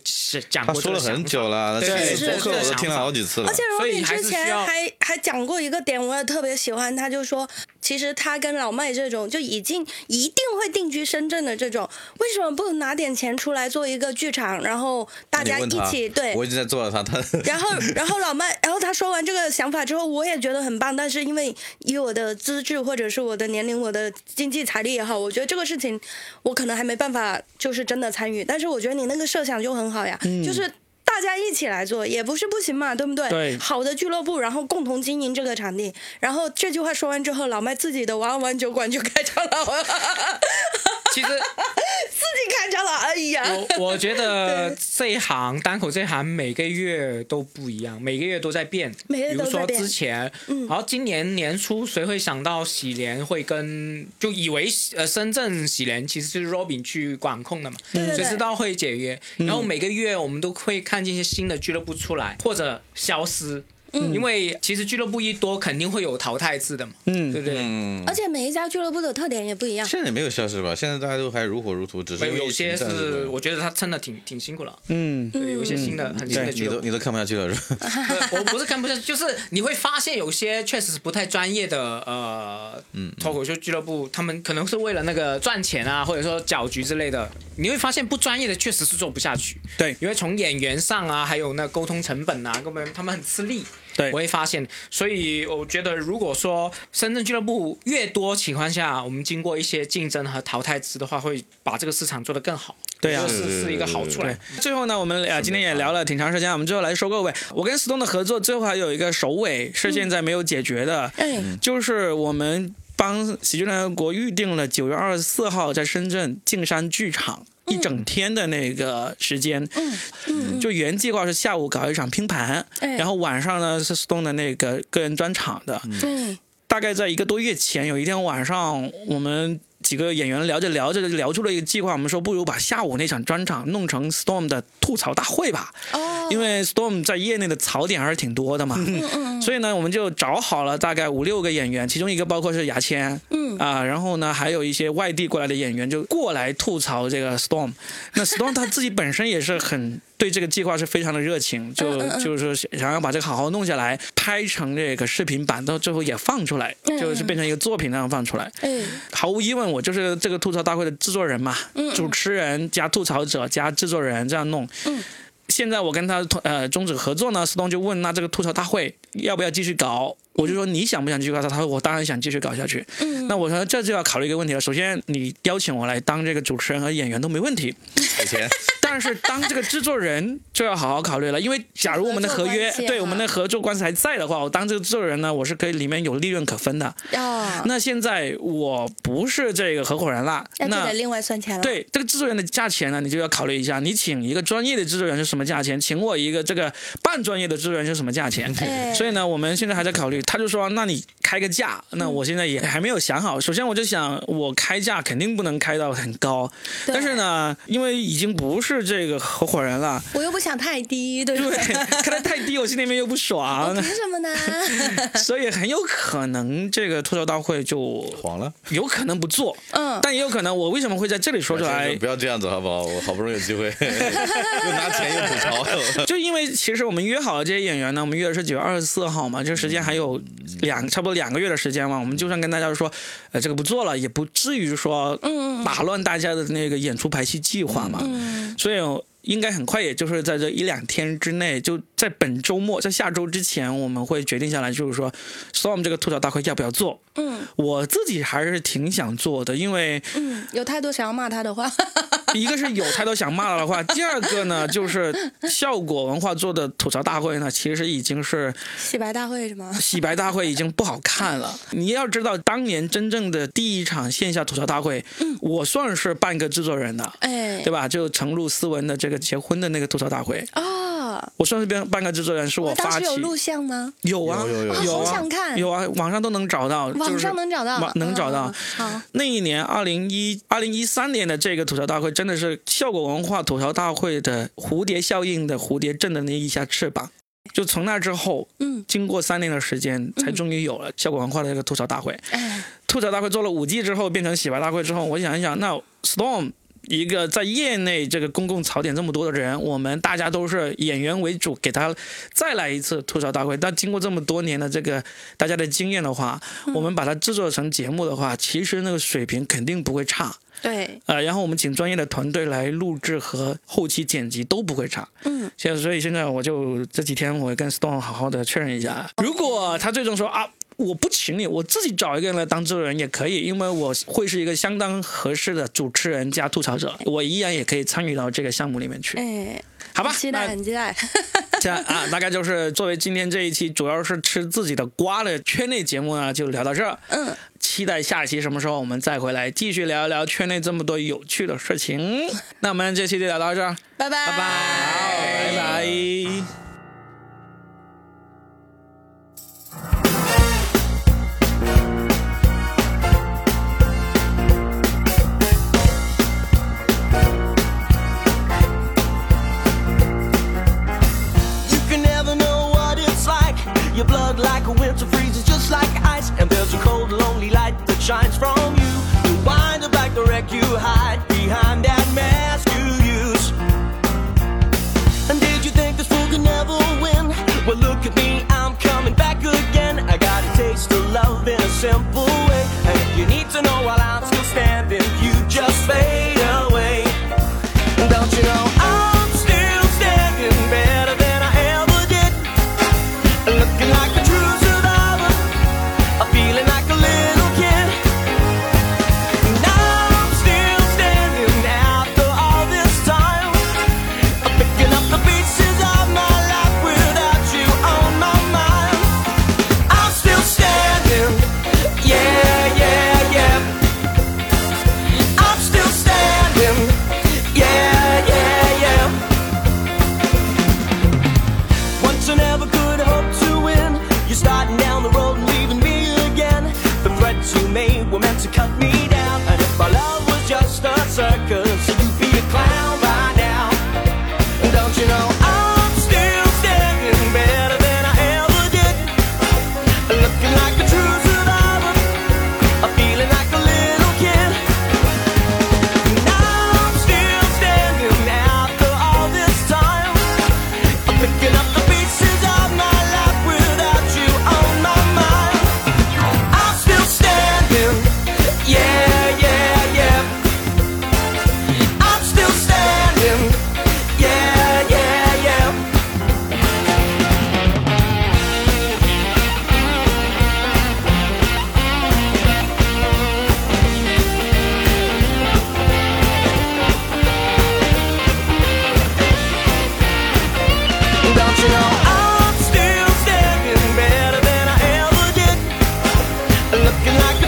S4: 讲
S3: 他
S4: 过这
S3: 说
S4: 个
S3: 了
S4: 想法，
S3: 很久了，
S4: 对
S3: 这
S2: 是
S3: 个播客
S4: 是
S3: 我都听了好几次了
S2: 而。且
S4: 所以
S2: Robin
S4: 还
S2: 之
S4: 是需
S2: 前
S4: 要
S2: 还还讲过一个点，我也特别喜欢，他就说，其实他跟老麦这种就已经一定会定居深圳的这种，为什么不拿点钱出来做一个剧场，然后大
S3: 你
S2: 家
S3: 问
S2: 一
S3: 他
S2: 起对？
S3: 我已经在做了他，他
S2: (laughs)
S3: (laughs)
S2: 然后，然后老麦，然后他说完这个想法之后，我也觉得很棒。但是因为以我的资质或者是我的年龄、我的经济财力也好，我觉得这个事情我可能还没办法，就是真的参与。但是我觉得你那个设想就很好呀，就是。大家一起来做也不是不行嘛，对不对？
S1: 对
S2: 好的俱乐部，然后共同经营这个场地。然后这句话说完之后，老麦自己的玩玩酒馆就开张了， (laughs)
S5: 其实
S2: 自己开张了。哎呀，
S4: (laughs) 我我觉
S2: (laughs)
S4: 得这一行单口这一行每个月都不一样，每个月都在变。
S2: 每个月
S4: 比
S2: 都
S4: 如
S2: 在
S4: 说
S2: 变嗯
S4: 之前，然后今年年初，谁会想到喜联会跟就以为呃深圳喜联其实是 Robin 去管控的嘛，
S2: 对
S4: 谁
S2: 对
S4: 知道会解约？然后每个月我们都会看见一些新的俱乐部出来或者消失。
S2: 嗯
S4: 因为其实俱乐部一多，肯定会有淘汰制的嘛，
S1: 嗯
S4: 对不对？
S2: 而且每一家俱乐部的特点也不一样。
S3: 现在也没有消失吧？现在大家都还如火如荼，只是
S4: 所以有些
S3: 因为疫情暂时
S4: 是
S3: 不
S4: 我觉得他撑的挺挺辛苦了，
S1: 嗯，
S4: 对，有一些新的很新的
S3: 你
S4: 俱乐部
S3: 都。你都看不下去了是
S2: (laughs)
S3: 吧？
S4: 我不是看不下去，就是你会发现有些确实是不太专业的呃，
S1: 嗯
S4: 脱口秀俱乐部，他们可能是为了那个赚钱啊，或者说搅局之类的，你会发现不专业的确实是做不下去，
S1: 对
S4: 因为从演员上啊，还有那沟通成本啊，根本他们很吃力。
S1: 对
S4: 我会发现，所以我觉得，如果说深圳俱乐部越多情况下，我们经过一些竞争和淘汰制的话，会把这个市场做得更好，
S1: 对啊呀、
S4: 这是是一个好处来
S1: 对。，最后呢，我们俩今天也聊了挺长时间，我们最后来收个尾。我跟 Stone 的合作最后还有一个首尾是现在没有解决的，
S2: 哎，
S1: 就是我们帮喜剧联合国预定了九月二十四号在深圳静山剧场。一整天的那个时间，嗯，就原计划是下午搞一场拼盘，
S2: 哎
S1: 然后晚上呢是 Stone 的那个个人专场的，
S2: 嗯
S1: 大概在一个多月前，有一天晚上，我们几个演员聊着聊着就聊出了一个计划，我们说不如把下午那场专场弄成 Storm 的吐槽大会吧，
S2: 哦，
S1: 因为 Storm 在业内的槽点还是挺多的嘛。所以呢，我们就找好了大概五六个演员，其中一个包括是牙签，
S2: 嗯
S1: 啊，然后呢，还有一些外地过来的演员就过来吐槽这个 Storm。那 Storm 他自己本身也是很对这个计划是非常的热情，就
S2: 嗯嗯
S1: 就是说想要把这个好好弄下来，拍成这个视频版，到最后也放出来，
S2: 嗯
S1: 就是变成一个作品那样放出来。
S2: 哎，
S1: 毫无疑问，我就是这个吐槽大会的制作人嘛，主持人加吐槽者加制作人这样弄。
S2: 嗯
S1: 现在我跟他同呃终止合作呢，斯东就问那这个吐槽大会要不要继续搞？我就说你想不想继续搞？他说我当然想继续搞下去。
S2: 嗯，
S1: 那我说这就要考虑一个问题了，首先你邀请我来当这个主持人和演员都没问题，
S3: 给钱，
S1: 但是当这个制作人就要好好考虑了，因为假如我们的合约
S2: 合作关系啊
S1: 对我们的合作关系还在的话，我当这个制作人呢，我是可以里面有利润可分的。
S2: 哦，
S1: 那现在我不是这个合伙人啦，
S2: 那就
S1: 那
S2: 得另外算钱了。，
S1: 对这个制作人的价钱呢，你就要考虑一下，你请一个专业的制作人是什么价钱，请我一个这个半专业的制作人是什么价
S2: (laughs)
S1: 钱。
S2: 哎
S1: 所以呢，我们现在还在考虑。他就说，那你开个价，那我现在也还没有想好。首先我就想，我开价肯定不能开到很高，
S2: 对
S1: 但是呢，因为已经不是这个合伙人了， (laughs)
S2: 我又不想太低，对不
S1: 对，
S2: 对？
S1: 开的太低，我心里面又不
S2: 我 (laughs)
S1: 爽
S2: 凭，什
S1: (laughs)
S2: 么呢？
S1: 所以很有可能这个吐槽大会就
S3: 黄了。
S1: 有可能不做。
S2: 嗯，
S1: 但也有可能，我为什么会在这里说出来？
S3: 不要这样子好不好？我好不容易有机会， (laughs) 又拿钱又吐槽。
S1: 就因为其实我们约好了这些演员呢，我们约的是九月二十四号嘛，这时间还有两差不多两个月的时间嘛，我们就算跟大家说，呃，这个不做了，也不至于说
S2: 嗯
S1: 打乱大家的那个演出排期计划嘛，
S2: 嗯，
S1: 所以应该很快，也就是在这一两天之内，就在本周末，在下周之前，我们会决定下来，就是说 Storm 这个吐槽大会要不要做。
S2: 嗯
S1: 我自己还是挺想做的，因为
S2: 嗯，有太多想要骂他的话， (laughs)
S1: (laughs) 一个是有太多想骂的话， (laughs) 第二个呢就是效果文化做的吐槽大会呢，其实已经是
S2: 洗白大会是吗？
S1: 洗白大会已经不好看了。你要知道，当年真正的第一场线下吐槽大会，我算是半个制作人的，
S2: 哎
S1: 对，吧？就程璐、思文的这个结婚的那个吐槽大会，
S2: 哦，
S1: 我算是半半个制作人，是我
S2: 当
S1: 发
S2: 时
S1: 起。
S2: 有录像吗？
S1: 有啊
S3: 有有有
S1: 有
S3: 有
S1: 啊
S2: 好想看
S1: 有啊，网上都能找到，
S2: 网
S1: 就是
S2: 上能找到
S1: 网，能找到
S2: 嗯。好，
S1: 那一年，二零一二零一三年的这个吐槽大会，真的是效果文化吐槽大会的蝴蝶效应的蝴蝶震的那一下翅膀。就从那之后，
S2: 嗯，
S1: 经过三年的时间，才终于有了效果文化的这个吐槽大会。
S2: 哎，
S1: 吐槽大会做了五季之后，变成洗白大会之后，我想一想，那 Storm 一个在业内这个公共槽点这么多的人，我们大家都是演员为主，给他再来一次吐槽大会。但经过这么多年的这个大家的经验的话，我们把它制作成节目的话，其实那个水平肯定不会差。
S2: 对，
S1: 呃，然后我们请专业的团队来录制和后期剪辑都不会差。
S2: 嗯，
S1: 现在所以现在我就这几天我会跟 Stone 好好的确认一下，
S2: 哦
S1: 如果他最终说啊。我不请你，我自己找一个人来当制作人也可以，因为我会是一个相当合适的主持人加吐槽者，我依然也可以参与到这个项目里面去，
S2: 哎，
S1: 好吧？
S2: 很期待，很期待。 (laughs)
S1: 那这样啊，大概就是作为今天这一期主要是吃自己的瓜的圈内节目呢，就聊到这儿。
S2: 嗯，
S1: 期待下一期什么时候我们再回来继续聊一聊圈内这么多有趣的事情。那我们这期就聊到这儿，
S2: 拜拜，拜
S1: 好，拜
S2: 拜
S1: 拜。
S6: You can never know what it's like. Your blood like a winter freezes just like ice. And there's a cold, lonely light that shines from you. You wind up like the wreck you hide behind that mask you use. And did you think this fool could never win? Well, look at me, I'm coming back again. I got a taste of love in a simple way. And if you need to know while I'm still standing, you just fade away. Don't you know I'm still standing better than I ever did? Looking like a true survivor, I'm feeling like a little kid. tried to cut me down. And if my love was just a circus, you'd be a clown by now. And don't you know I'm still standing better than I ever did? Looking like a true survivor, I'm feeling like a little kid. And I'm still standing after all this time. I'm picking up the pieces of my life without you on my mind. I'm still standing. Yeah, yeah, yeah. I'm still standing. Yeah, yeah, yeah. Don't you know I'm still standing better than I ever did? Looking like a